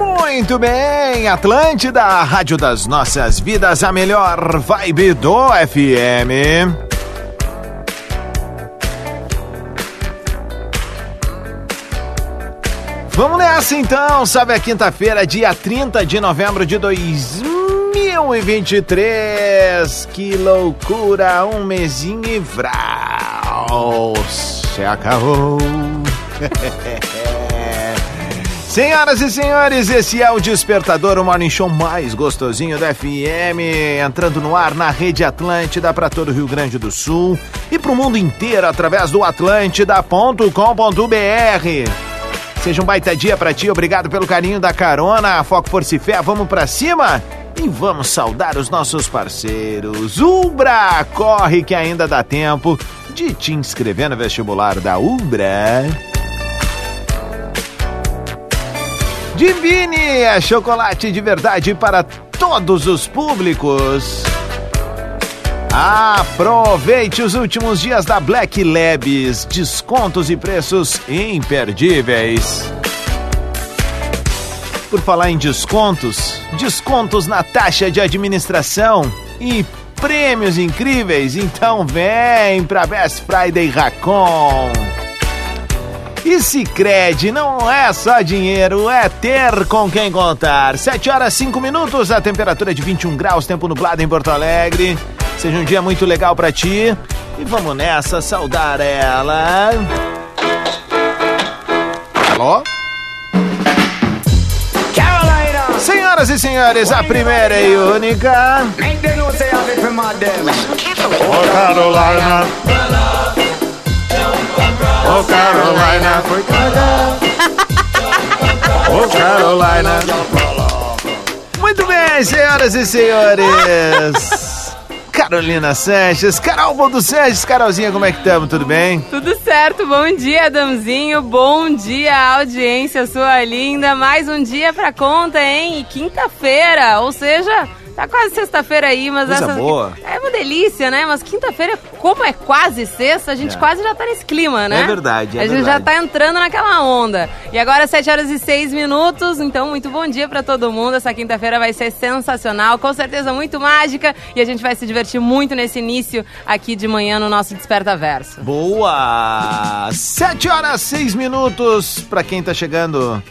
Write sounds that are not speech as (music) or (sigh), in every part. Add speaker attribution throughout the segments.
Speaker 1: Muito bem, Atlântida, a rádio das nossas vidas, a melhor vibe do FM. Vamos nessa então, sabe a quinta-feira, dia 30 de novembro de 2023. Que loucura, um mesinho e vral, se acabou. Senhoras e senhores, esse é o Despertador, o morning show mais gostosinho da FM, entrando no ar na Rede Atlântida para todo o Rio Grande do Sul e para o mundo inteiro através do atlântida.com.br. Seja um baita dia para ti, obrigado pelo carinho da carona, Foco Força e Fé, vamos para cima e vamos saudar os nossos parceiros. Ubra, corre que ainda dá tempo de te inscrever no vestibular da Ubra. Divine é chocolate de verdade para todos os públicos. Aproveite os últimos dias da Black Labs, descontos e preços imperdíveis. Por falar em descontos, descontos na taxa de administração e prêmios incríveis, então vem para Best Friday Racon. E Cicred não é só dinheiro, é ter com quem contar. 7 horas 5 minutos, a temperatura é de 21 graus, tempo nublado em Porto Alegre. Seja um dia muito legal pra ti. E vamos nessa, saudar ela. Alô? Senhoras e senhores, a primeira e única.
Speaker 2: Oh Carolina, oh Carolina, foi Oh Carolina,
Speaker 1: Muito bem, senhoras e senhores. Carolina Sanches, Carol Bodo Sanches, Carolzinha, como é que estamos? Tudo bem?
Speaker 3: Tudo certo, bom dia, Adamzinho. Bom dia, audiência sua linda. Mais um dia pra conta, hein? E quinta-feira, ou seja, tá quase sexta-feira aí, mas
Speaker 1: Coisa
Speaker 3: essa.
Speaker 1: boa.
Speaker 3: É uma delícia, né? Mas quinta-feira, como é quase sexta, a gente
Speaker 1: É.
Speaker 3: quase já tá nesse clima, né?
Speaker 1: É verdade, é
Speaker 3: A gente já
Speaker 1: verdade.
Speaker 3: tá entrando naquela onda. E agora, 7 horas e 6 minutos, então muito bom dia pra todo mundo. Essa quinta-feira vai ser sensacional, com certeza muito mágica. E a gente vai se divertir muito nesse início aqui de manhã no nosso Desperta Verso.
Speaker 1: Boa! 7 horas 6 minutos para quem tá chegando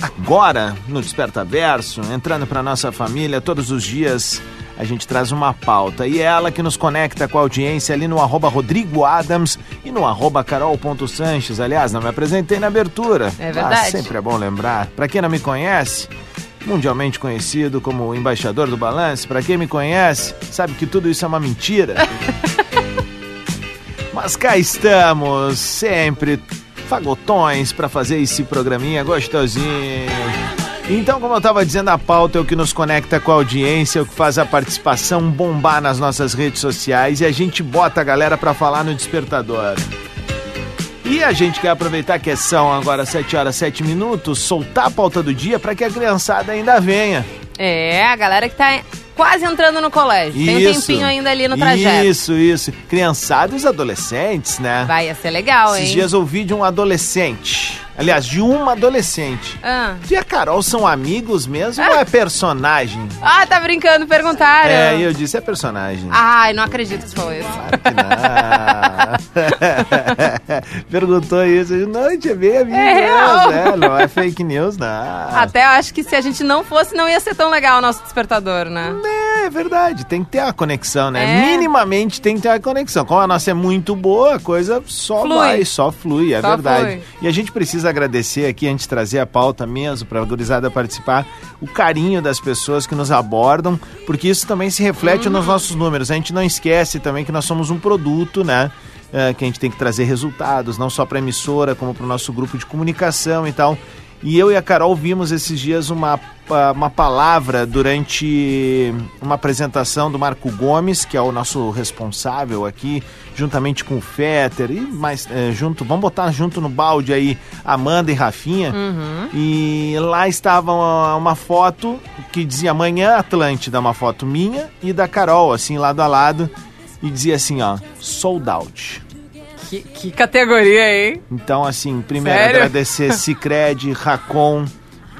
Speaker 1: agora no Desperta Verso, entrando para nossa família, todos os dias a gente traz uma pauta e é ela que nos conecta com a audiência ali no arroba Rodrigo Adams e no arroba carol.sanches. Aliás, não me apresentei na abertura.
Speaker 3: É verdade.
Speaker 1: Mas sempre é bom lembrar. Para quem não me conhece, mundialmente conhecido como o embaixador do balance, para quem me conhece, sabe que tudo isso é uma mentira. Mas cá estamos, sempre fagotões para fazer esse programinha gostosinho. Então, como eu estava dizendo, a pauta é o que nos conecta com a audiência, é o que faz a participação bombar nas nossas redes sociais e a gente bota a galera para falar no despertador. E a gente quer aproveitar que são agora 7 horas 7 minutos, soltar a pauta do dia para que a criançada ainda venha.
Speaker 3: É, a galera que tá quase entrando no colégio. Tem um tempinho ainda ali no trajeto.
Speaker 1: Isso, isso. Criançada e os adolescentes, né?
Speaker 3: Vai ia ser legal, hein?
Speaker 1: Esses dias eu ouvi de um adolescente. Aliás, de uma adolescente.
Speaker 3: Ah.
Speaker 1: Tu e a Carol são amigos mesmo ou é personagem?
Speaker 3: Ah, tá brincando, perguntaram.
Speaker 1: É, e eu disse, é personagem.
Speaker 3: Ai, não acredito que falou isso.
Speaker 1: Claro que não. (laughs) Perguntou isso. Eu disse, não, a gente é bem amigo
Speaker 3: É
Speaker 1: mesmo.
Speaker 3: real.
Speaker 1: É, não é
Speaker 3: (laughs)
Speaker 1: fake news, não.
Speaker 3: Até eu acho que se a gente não fosse, não ia ser tão legal o nosso despertador, né?
Speaker 1: É, é verdade, tem que ter a conexão, né?
Speaker 3: É.
Speaker 1: Minimamente tem que ter a conexão. Como a nossa é muito boa, a coisa só
Speaker 3: Flui.
Speaker 1: vai, só flui, é
Speaker 3: Só
Speaker 1: verdade.
Speaker 3: flui.
Speaker 1: E a gente precisa agradecer aqui, antes de trazer a pauta mesmo, para a gurizada participar, o carinho das pessoas que nos abordam, porque isso também se reflete
Speaker 3: Uhum.
Speaker 1: nos nossos números. A gente não esquece também que nós somos um produto, né? É, que a gente tem que trazer resultados, não só para a emissora, como para o nosso grupo de comunicação e tal. E eu e a Carol vimos esses dias uma, pa- uma palavra durante uma apresentação do Marco Gomes, que é o nosso responsável aqui, juntamente com o Fetter e mais eh, junto, vamos botar junto no balde aí Amanda e Rafinha. E lá estava uma, uma foto que dizia amanhã Atlântida, uma foto minha e da Carol, assim, lado a lado, e dizia assim, ó, sold out.
Speaker 3: Que, que categoria, hein?
Speaker 1: Então, assim, primeiro
Speaker 3: Sério? (laughs)
Speaker 1: agradecer Cicred, Racon,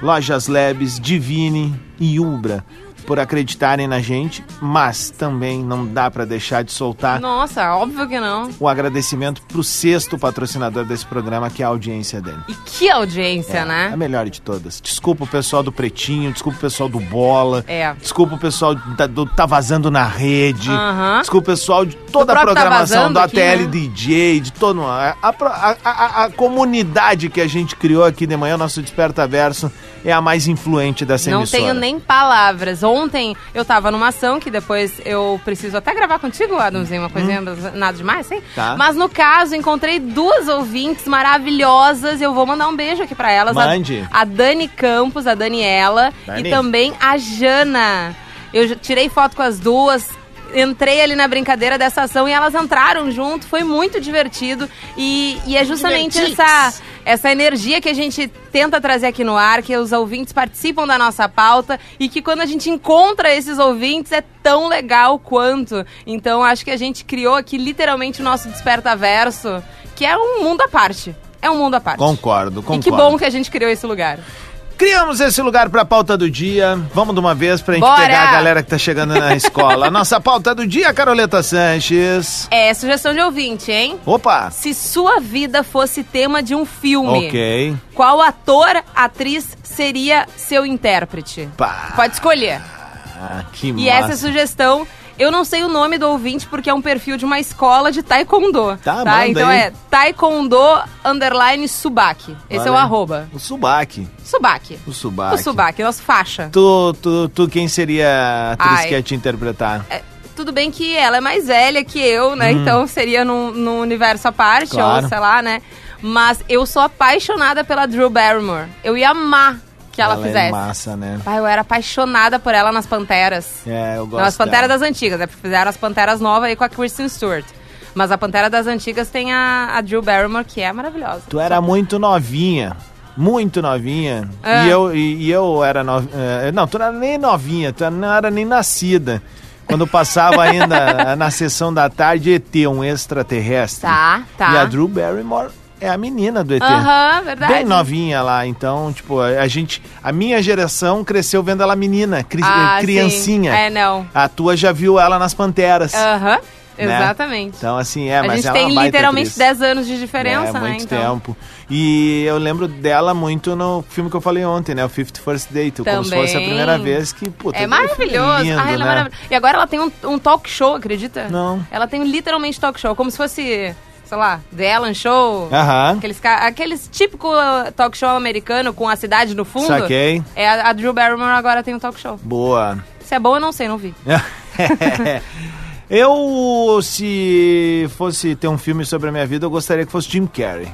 Speaker 1: Lojas Labs, Divine e Umbra por acreditarem na gente, mas também não dá pra deixar de soltar
Speaker 3: Nossa, óbvio que não.
Speaker 1: o agradecimento pro sexto patrocinador desse programa, que é a audiência dele. É
Speaker 3: E que audiência,
Speaker 1: A
Speaker 3: né?
Speaker 1: melhor de todas. Desculpa o pessoal do Pretinho, desculpa o pessoal do Bola,
Speaker 3: É.
Speaker 1: desculpa o pessoal da- do Tá Vazando na Rede,
Speaker 3: Aham.
Speaker 1: desculpa o pessoal de toda
Speaker 3: Do
Speaker 1: a
Speaker 3: próprio Tá
Speaker 1: programação
Speaker 3: Vazando
Speaker 1: do
Speaker 3: aqui,
Speaker 1: ATL
Speaker 3: né?
Speaker 1: DJ, de todo a, a, a- a- a comunidade que a gente criou aqui de manhã, o nosso Desperta Verso, é a mais influente dessa
Speaker 3: Não
Speaker 1: emissora.
Speaker 3: tenho nem palavras. Ontem eu tava numa ação que depois eu preciso até gravar contigo, Adamzinho, uma coisinha, nada demais, hein?
Speaker 1: Hum. Tá.
Speaker 3: Mas no caso, encontrei duas ouvintes maravilhosas. Eu vou mandar um beijo aqui pra elas. A-
Speaker 1: Mande.
Speaker 3: A, Dani Campos, a Daniela
Speaker 1: Dani.
Speaker 3: e também a Jana. Eu já tirei foto com as duas. Entrei ali na brincadeira dessa ação e elas entraram junto, foi muito divertido. E, e é justamente essa, essa energia que a gente tenta trazer aqui no ar, que os ouvintes participam da nossa pauta e que quando a gente encontra esses ouvintes é tão legal quanto. Então acho que a gente criou aqui literalmente o nosso Desperta Verso, que é um mundo à parte. É um mundo à parte.
Speaker 1: Concordo, concordo.
Speaker 3: E que bom que a gente criou esse lugar.
Speaker 1: Criamos esse lugar pra pauta do dia. Vamos de uma vez pra gente
Speaker 3: Bora!
Speaker 1: pegar a galera que tá chegando
Speaker 3: (laughs)
Speaker 1: na escola. A nossa pauta do dia, Caroleta Sanches.
Speaker 3: É sugestão de ouvinte, hein?
Speaker 1: Opa!
Speaker 3: Se sua vida fosse tema de um filme,
Speaker 1: Ok.
Speaker 3: qual ator, atriz seria seu intérprete?
Speaker 1: Pá.
Speaker 3: Pode escolher.
Speaker 1: Ah, que
Speaker 3: E
Speaker 1: massa.
Speaker 3: essa é a sugestão. Eu não sei o nome do ouvinte porque é um perfil de uma escola de taekwondo.
Speaker 1: Tá, manda
Speaker 3: Então
Speaker 1: aí.
Speaker 3: é taekwondo underline subaki. Esse é o
Speaker 1: Olha aí.
Speaker 3: arroba.
Speaker 1: O subaque.
Speaker 3: Subaki.
Speaker 1: O subaque.
Speaker 3: O subaki, nosso faixa.
Speaker 1: Tu, tu, tu, quem seria a atriz
Speaker 3: Ai.
Speaker 1: que ia te interpretar?
Speaker 3: É, tudo bem que ela é mais velha que eu, né? Então seria num, num universo à parte,
Speaker 1: Hum. Claro.
Speaker 3: ou sei lá, né? Mas eu sou apaixonada pela Drew Barrymore. Eu ia amar que ela,
Speaker 1: É
Speaker 3: fizesse.
Speaker 1: massa, né?
Speaker 3: Pai, eu era apaixonada por ela nas Panteras.
Speaker 1: É, eu gosto.
Speaker 3: Não, as Panteras
Speaker 1: dela.
Speaker 3: das Antigas, né? Porque fizeram as Panteras novas aí com a Kristen Stewart. Mas a Pantera das Antigas tem a, a Drew Barrymore, que é maravilhosa.
Speaker 1: Tu era muito novinha. Muito novinha.
Speaker 3: Ah.
Speaker 1: E, eu, e, e eu era novinha. Não, tu não era nem novinha, tu não era nem nascida. Quando passava
Speaker 3: (laughs)
Speaker 1: ainda na sessão da tarde ET, um extraterrestre.
Speaker 3: Tá, tá.
Speaker 1: E a Drew Barrymore é a menina do ET.
Speaker 3: Aham, verdade.
Speaker 1: Bem novinha lá, então, tipo, a, a gente. A minha geração cresceu vendo ela menina, cri-
Speaker 3: Ah, sim.
Speaker 1: eh, criancinha.
Speaker 3: É, não.
Speaker 1: A tua já viu ela nas panteras.
Speaker 3: Aham,
Speaker 1: né?
Speaker 3: Ah, exatamente.
Speaker 1: Então, assim, é,
Speaker 3: a
Speaker 1: mas
Speaker 3: gente
Speaker 1: ela é uma
Speaker 3: tem
Speaker 1: baita
Speaker 3: literalmente
Speaker 1: atriz.
Speaker 3: 10 anos de diferença,
Speaker 1: é,
Speaker 3: né?
Speaker 1: muito
Speaker 3: então.
Speaker 1: tempo. E eu lembro dela muito no filme que eu falei ontem, né? O Fifty First Date. Como se fosse a
Speaker 3: Também.
Speaker 1: primeira vez que, puta,
Speaker 3: É
Speaker 1: aquele filme
Speaker 3: maravilhoso.
Speaker 1: Lindo,
Speaker 3: ah, ela é
Speaker 1: né?
Speaker 3: maravilhosa. E agora ela tem um, um talk show, acredita?
Speaker 1: Não.
Speaker 3: Ela tem literalmente talk show, como se fosse, sei lá, The Ellen Show.
Speaker 1: (laughs) Aham.
Speaker 3: Aqueles, ca- aqueles típico uh, talk show americano com a cidade no fundo.
Speaker 1: Saquei.
Speaker 3: É a, a Drew Barrymore agora tem um talk show.
Speaker 1: Boa. (laughs)
Speaker 3: Se é bom, eu não sei, não vi.
Speaker 1: eu, se fosse ter um filme sobre a minha vida, eu gostaria que fosse Jim Carrey.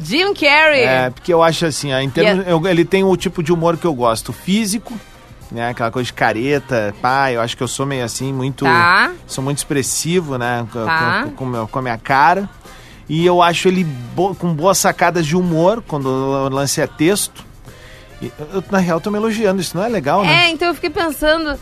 Speaker 3: Jim Carrey.
Speaker 1: É, porque eu acho assim, ó, em termos- eu- ele tem o tipo de humor que eu gosto, físico, né? Aquela coisa de careta, pá, eu acho que eu sou meio assim, muito.
Speaker 3: Tá.
Speaker 1: Sou muito expressivo, né? Com,
Speaker 3: Tá.
Speaker 1: com- com meu- com a minha cara. E eu acho ele bo- com boas sacadas de humor, quando o lance é texto. E eu, na real, tô me elogiando, isso não é legal, né?
Speaker 3: É, então eu fiquei pensando.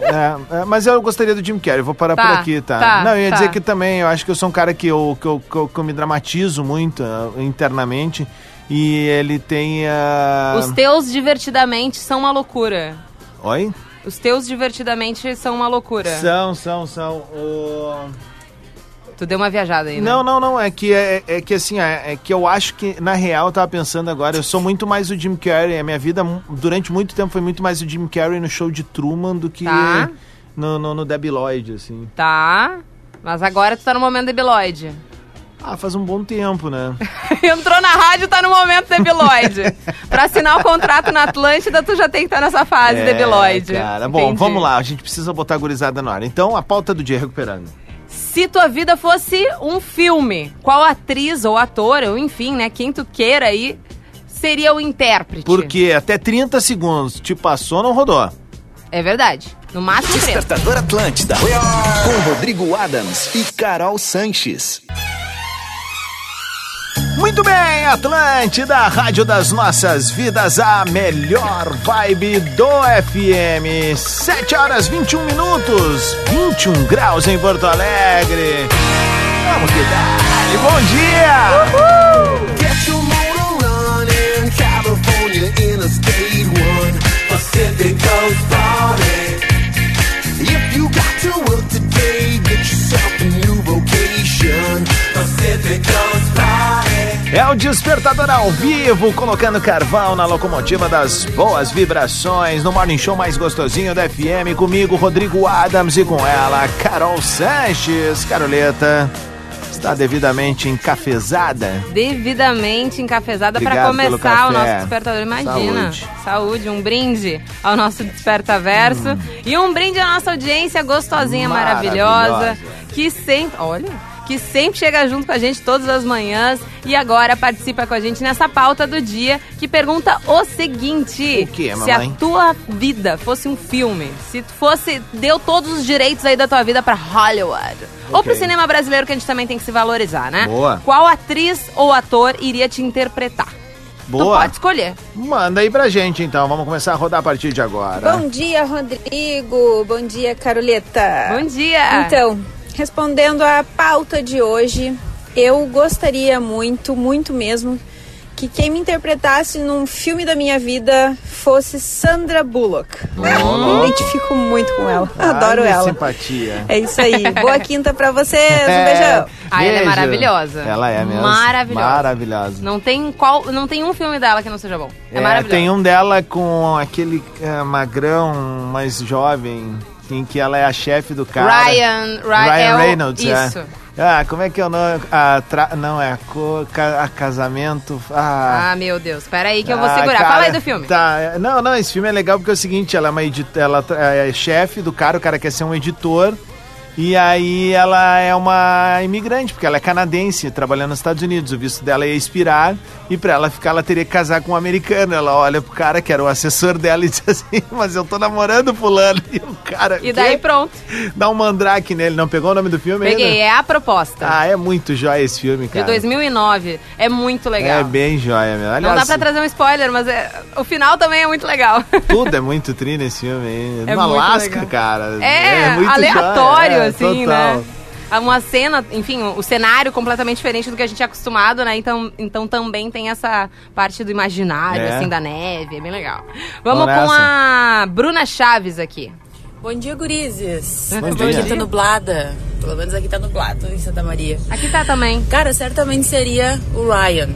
Speaker 1: É, é, mas eu gostaria do Jim Carrey, eu vou parar
Speaker 3: Tá,
Speaker 1: por aqui, tá?
Speaker 3: tá,
Speaker 1: Não, eu ia
Speaker 3: tá.
Speaker 1: dizer que também, eu acho que eu sou um cara que eu, que eu, que eu, que eu me dramatizo muito eh, internamente. E ele tem. ah,
Speaker 3: Os teus divertidamente são uma loucura.
Speaker 1: Oi?
Speaker 3: É. Os teus divertidamente são uma loucura.
Speaker 1: São, são, são. o-
Speaker 3: Tu Tu deu uma viajada aí, né?
Speaker 1: Não, não, não. É que, é, é que assim, é, é que eu acho que, na real, eu tava pensando agora, eu sou muito mais o Jim Carrey. A minha vida, mu- durante muito tempo, foi muito mais o Jim Carrey no show de Truman do que
Speaker 3: Tá.
Speaker 1: no, no, no Debbie Lloyd, assim.
Speaker 3: Tá. Mas agora tu tá no momento debiloide.
Speaker 1: Ah, faz um bom tempo, né?
Speaker 3: (laughs) Entrou na rádio, tá no
Speaker 1: (laughs)
Speaker 3: momento debiloide. pra assinar o contrato na Atlântida, tu já tem que estar nessa fase
Speaker 1: É,
Speaker 3: debiloide.
Speaker 1: Cara, bom,
Speaker 3: Entendi.
Speaker 1: vamos lá. A gente precisa botar a gurizada na hora. Então, a pauta do dia, recuperando.
Speaker 3: Se tua vida fosse um filme, qual atriz ou ator, ou enfim, né, quem tu queira aí, seria o intérprete?
Speaker 1: Porque até 30 segundos te passou, não rodou.
Speaker 3: É verdade. No máximo três.
Speaker 4: Despertador Atlântida. Com Rodrigo Adams e Carol Sanches.
Speaker 1: Muito bem, Atlântida, a rádio das nossas vidas, a melhor vibe do FM. 7 horas 21 minutos, 21 graus em Porto Alegre. Vamos que dá. Bom dia!
Speaker 5: Get your motor running, California Interstate 1, Pacific Coast Party. If you got to work today, get yourself a new vocation, Pacific Coast Party.
Speaker 1: É o Despertador ao vivo, colocando carvão na locomotiva das boas vibrações, no Morning Show mais gostosinho da FM, comigo, Rodrigo Adams, e com ela, Carol Sanches. Caroleta, está devidamente encafezada?
Speaker 3: Devidamente encafezada para
Speaker 1: Obrigado pelo
Speaker 3: começar o
Speaker 1: café.
Speaker 3: nosso despertador. Imagina. Saúde. um brinde ao nosso despertaverso.
Speaker 1: Hum.
Speaker 3: E um brinde à nossa audiência gostosinha, maravilhosa.
Speaker 1: Maravilhosa.
Speaker 3: Que sempre. Olha. Que sempre chega junto com a gente todas as manhãs e agora participa com a gente nessa pauta do dia que pergunta o seguinte:
Speaker 1: O quê,
Speaker 3: Se a
Speaker 1: mamãe?
Speaker 3: tua vida fosse um filme, se tu fosse. deu todos os direitos aí da tua vida pra Hollywood. Ou pro
Speaker 1: Ok.
Speaker 3: cinema brasileiro que a gente também tem que se valorizar, né?
Speaker 1: Boa.
Speaker 3: Qual atriz ou ator iria te interpretar? Tu
Speaker 1: Boa.
Speaker 3: pode escolher.
Speaker 1: Manda aí pra gente então, vamos começar a rodar a partir de agora.
Speaker 6: Bom dia, Rodrigo. Bom dia,
Speaker 1: É.
Speaker 6: Caroleta.
Speaker 3: Bom dia.
Speaker 6: Então, respondendo à pauta de hoje, eu gostaria muito, muito mesmo, que quem me interpretasse num filme da minha vida fosse Sandra Bullock. Me identifico muito com ela. Adoro
Speaker 1: Ai,
Speaker 6: ela.
Speaker 1: Simpatia.
Speaker 6: É isso aí.
Speaker 1: (laughs)
Speaker 6: Boa quinta pra vocês. Um beijão.
Speaker 3: Ah, ela é
Speaker 1: Beijo.
Speaker 3: maravilhosa.
Speaker 1: Ela é mesmo.
Speaker 3: Maravilhosa.
Speaker 1: Maravilhosa.
Speaker 3: não tem qual, não tem um filme dela que não seja bom. É,
Speaker 1: É,
Speaker 3: maravilhoso.
Speaker 1: tem um dela com aquele eh, magrão mais jovem, em que ela é a chefe do cara.
Speaker 3: Ryan, Ryan,
Speaker 1: Ryan Reynolds,
Speaker 3: Isso.
Speaker 1: é. Ah, como é que é o nome? Ah, tra- Não, é co- ca- ah, casamento. Ah,
Speaker 3: Ah, meu Deus. Pera aí que eu vou
Speaker 1: Ah,
Speaker 3: segurar.
Speaker 1: cara,
Speaker 3: Fala aí do filme.
Speaker 1: Tá, é, não, não, esse filme é legal porque é o seguinte, ela é uma edit- ela tra- é chefe do cara, o cara quer ser um editor. E aí ela é uma imigrante, porque ela é canadense, trabalhando nos Estados Unidos. O visto dela ia expirar e pra ela ficar, ela teria que casar com um americano. Ela olha pro cara, que era o assessor dela, (laughs) e diz assim, mas eu tô namorando fulano. E o cara
Speaker 3: E daí
Speaker 1: "Quê?"
Speaker 3: pronto.
Speaker 1: dá um mandrake nele. Não pegou o nome do filme
Speaker 3: Peguei.
Speaker 1: ainda?
Speaker 3: É a proposta.
Speaker 1: Ah, é muito jóia esse filme,
Speaker 3: de
Speaker 1: cara.
Speaker 3: 2009. É muito legal.
Speaker 1: É bem assim. jóia, meu.
Speaker 3: Não
Speaker 1: Aliás,
Speaker 3: dá pra trazer um spoiler, mas é- o final também é muito legal. (laughs)
Speaker 1: Tudo é muito tri nesse filme aí.
Speaker 3: É
Speaker 1: no
Speaker 3: muito
Speaker 1: Alasca,
Speaker 3: legal.
Speaker 1: cara.
Speaker 3: É,
Speaker 1: muito
Speaker 3: aleatório,
Speaker 1: joia, é,
Speaker 3: assim,
Speaker 1: total.
Speaker 3: né? Há Uma cena, enfim, o o cenário completamente diferente do que a gente é acostumado, né? Então, então também tem essa parte do imaginário,
Speaker 1: É.
Speaker 3: assim, da neve, é bem legal. Vamos
Speaker 1: Vamos
Speaker 3: com
Speaker 1: nessa.
Speaker 3: a Bruna Chaves aqui.
Speaker 7: Bom dia, gurizes.
Speaker 1: Bom
Speaker 7: Hoje
Speaker 1: dia.
Speaker 7: aqui tá nublada. Pelo menos aqui tá nublado em Santa Maria.
Speaker 3: Aqui tá também.
Speaker 7: Cara, certamente seria o Ryan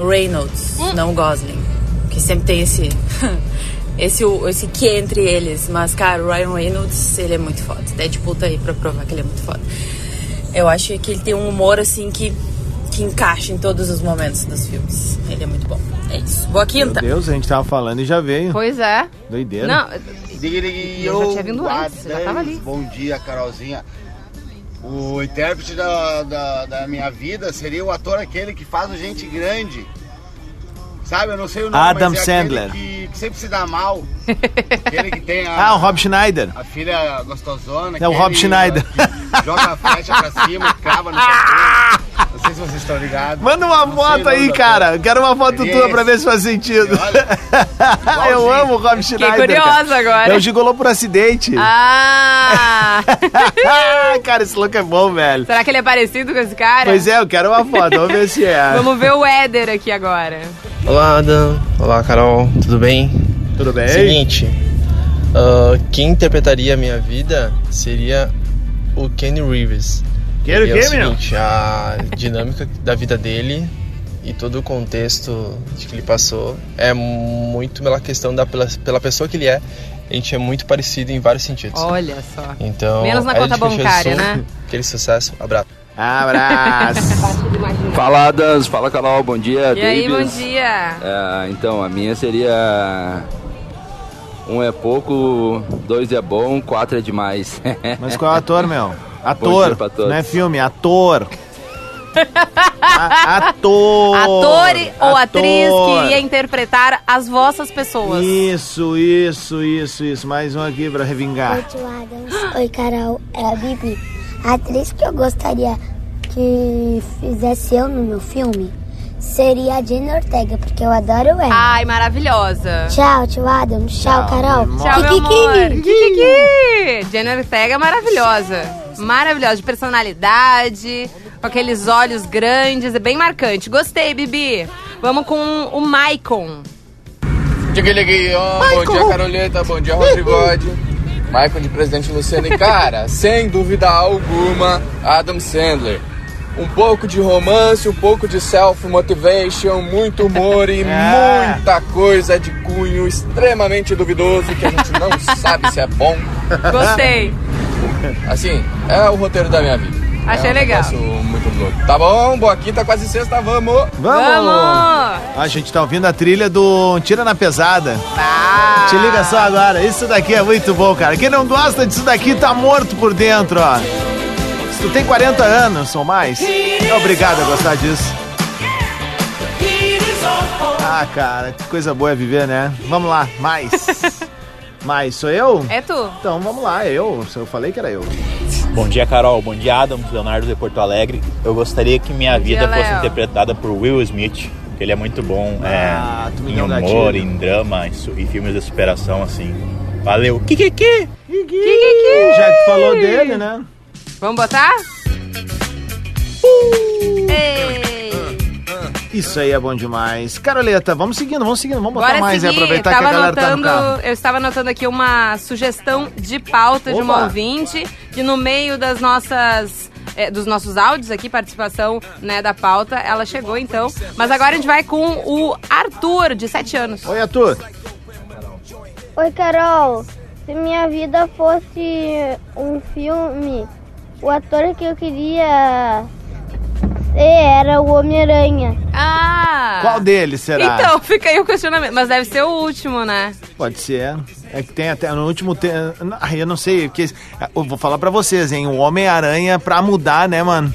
Speaker 7: o Reynolds,
Speaker 3: Hum.
Speaker 7: não o Gosling. Que sempre tem esse. (laughs) esse, esse que entre eles. Mas, cara, o Ryan Reynolds, ele é muito foda. Deadpool tá aí pra provar que ele é muito foda. Eu acho que ele tem um humor, assim, que, que encaixa em todos os momentos dos filmes. Ele é muito bom. É isso. Boa
Speaker 1: Meu
Speaker 7: quinta.
Speaker 1: Deus, a gente tava falando e já veio.
Speaker 3: Pois é.
Speaker 1: Doideira.
Speaker 3: Não, Eu
Speaker 8: Eu
Speaker 3: já tinha vindo antes, já tava ali.
Speaker 8: Bom dia, Carolzinha. O intérprete da, da, da minha vida seria o ator aquele que faz o gente grande. Sabe, eu não sei o nome,
Speaker 1: Adam
Speaker 8: mas é aquele
Speaker 1: Sandler.
Speaker 8: Que, que sempre se
Speaker 1: (laughs)
Speaker 8: dá mal. aquele que tem a,
Speaker 1: Ah, o Rob Schneider.
Speaker 8: a filha gostosona.
Speaker 1: É o
Speaker 8: aquele,
Speaker 1: Rob Schneider.
Speaker 8: ó, que joga a flecha pra cima, crava no cabelo. Não sei se vocês estão ligados.
Speaker 1: Manda uma
Speaker 8: Não sei o
Speaker 1: foto
Speaker 8: nome
Speaker 1: aí,
Speaker 8: do
Speaker 1: cara.
Speaker 8: ator.
Speaker 1: Eu quero uma foto
Speaker 8: Ele é
Speaker 1: tua pra
Speaker 8: esse.
Speaker 1: ver se faz sentido.
Speaker 8: Olha,
Speaker 1: (laughs) Eu
Speaker 8: igualzinho.
Speaker 1: amo o Rob
Speaker 3: fiquei
Speaker 1: Schneider. cara.
Speaker 3: curiosa
Speaker 1: É
Speaker 3: agora.
Speaker 1: o Gigolô por acidente.
Speaker 3: Ah!
Speaker 1: (laughs) cara, esse louco é bom, velho.
Speaker 3: (laughs) Será que ele é parecido com esse cara?
Speaker 1: Pois é, eu quero uma foto. Vamos ver se é.
Speaker 3: Vamos ver o Éder aqui agora.
Speaker 9: Olá, Adam. Olá, Carol. Tudo bem?
Speaker 1: Tudo bem?
Speaker 9: Seguinte, ah, quem interpretaria a minha vida seria o Kenny Reeves.
Speaker 1: Quero
Speaker 10: Porque
Speaker 1: o quê,
Speaker 10: é o
Speaker 1: menino?
Speaker 10: seguinte, a dinâmica da vida dele e todo o contexto de que ele passou é muito pela questão da pela, pela pessoa que ele é. A gente é muito parecido em vários sentidos.
Speaker 3: Olha só.
Speaker 10: Então,
Speaker 3: Menos na
Speaker 10: aí a
Speaker 3: conta
Speaker 10: gente fechou esse
Speaker 3: bancária,
Speaker 10: som.
Speaker 3: né?
Speaker 10: (laughs) Aquele sucesso. Abraço.
Speaker 3: (laughs)
Speaker 1: Abraço.
Speaker 11: Fala, Adams. Fala, canal. Bom dia,
Speaker 3: E aí, bom
Speaker 11: Davis.
Speaker 3: dia.
Speaker 11: É, então, a minha seria... Um é pouco, dois é bom, quatro é demais. (laughs)
Speaker 1: Mas qual é o ator, meu?
Speaker 11: dia
Speaker 1: Ator.
Speaker 11: pra todos.
Speaker 1: Não é filme,
Speaker 3: (laughs)
Speaker 1: ator. A- ator.
Speaker 3: Ator e- ou atriz
Speaker 1: Ator.
Speaker 3: que iria interpretar as vossas pessoas.
Speaker 1: Isso, isso, isso, isso. Mais um aqui pra revingar.
Speaker 12: Oi, tio Adams. Oi, Carol. É a Bibi. A atriz que eu gostaria que fizesse eu no meu filme seria a Jane Ortega, porque eu adoro ela.
Speaker 1: Ah.
Speaker 3: Ai, maravilhosa.
Speaker 12: Tchau, tio Adams. Tchau, Carol.
Speaker 3: Tchau, meu amor. Kikiki. Jenna Ortega é maravilhosa. Maravilhosa, de personalidade, com aqueles olhos grandes, é bem marcante. Gostei, Bibi. Vamos com o Maicon.
Speaker 13: Bom dia, Caroleta. Bom dia, Rodrigode. Michael de Presidente Luciano. E, cara, sem dúvida alguma, Adam Sandler. Um pouco de romance, um pouco de self-motivation, muito humor e muita coisa de cunho extremamente duvidoso que a gente não sabe se é bom.
Speaker 3: Gostei.
Speaker 13: Assim, é o roteiro da minha vida.
Speaker 3: Achei
Speaker 13: é um
Speaker 3: legal.
Speaker 13: negócio muito louco. Tá bom, boa quinta, quase sexta, vamos!
Speaker 1: A gente tá ouvindo a trilha do Tira na Pesada. Te liga só agora. Isso daqui é muito bom, cara. Quem não gosta disso daqui tá morto por dentro, ó. Se tu tem 40 anos ou mais, é obrigado a gostar disso. Ah, cara, que coisa boa é viver, né? Vamos lá,
Speaker 14: (laughs)
Speaker 1: mais. mais, sou eu?
Speaker 3: É tu.
Speaker 1: Então vamos lá, eu. Eu falei que era eu.
Speaker 14: Bom dia, Carol. Bom dia, Adams. Leonardo de Porto Alegre. Eu gostaria que minha
Speaker 1: dia,
Speaker 14: vida
Speaker 3: é
Speaker 14: fosse
Speaker 1: Léo.
Speaker 14: interpretada por Will Smith, que ele é muito bom é,
Speaker 1: Ah, tu me
Speaker 14: em
Speaker 1: deu um
Speaker 14: humor,
Speaker 1: gatilho.
Speaker 14: em drama, em, su- em filmes de superação, assim. Valeu. Kikiki!
Speaker 3: Kikiki.
Speaker 1: Já que falou dele, né?
Speaker 3: Vamos botar? Ei.
Speaker 1: Isso aí é bom demais. Caroleta, vamos seguindo, vamos seguindo, vamos botar
Speaker 3: Bora
Speaker 1: mais e
Speaker 3: seguir.
Speaker 1: aproveitar que
Speaker 3: Tava
Speaker 1: a galera
Speaker 3: anotando,
Speaker 1: tá no carro.
Speaker 3: Eu estava anotando aqui uma sugestão de pauta de
Speaker 1: Opa.
Speaker 3: uma ouvinte, que no meio das nossas... eh, dos nossos áudios aqui, participação né, da pauta, ela chegou então. Mas agora a gente vai com o Arthur, de 7 anos.
Speaker 1: Oi, Arthur.
Speaker 15: Oi, Carol. Se minha vida fosse um filme, o ator que eu queria ser era o Homem-Aranha.
Speaker 3: Ah!
Speaker 1: Qual deles será?
Speaker 3: Então, (laughs) fica aí o questionamento. Mas deve ser o último, né?
Speaker 1: Pode ser. É que tem até no último te... Ah, eu não sei, porque eu vou falar pra vocês, hein? O Homem-Aranha pra mudar, né,
Speaker 3: (laughs)
Speaker 1: mano?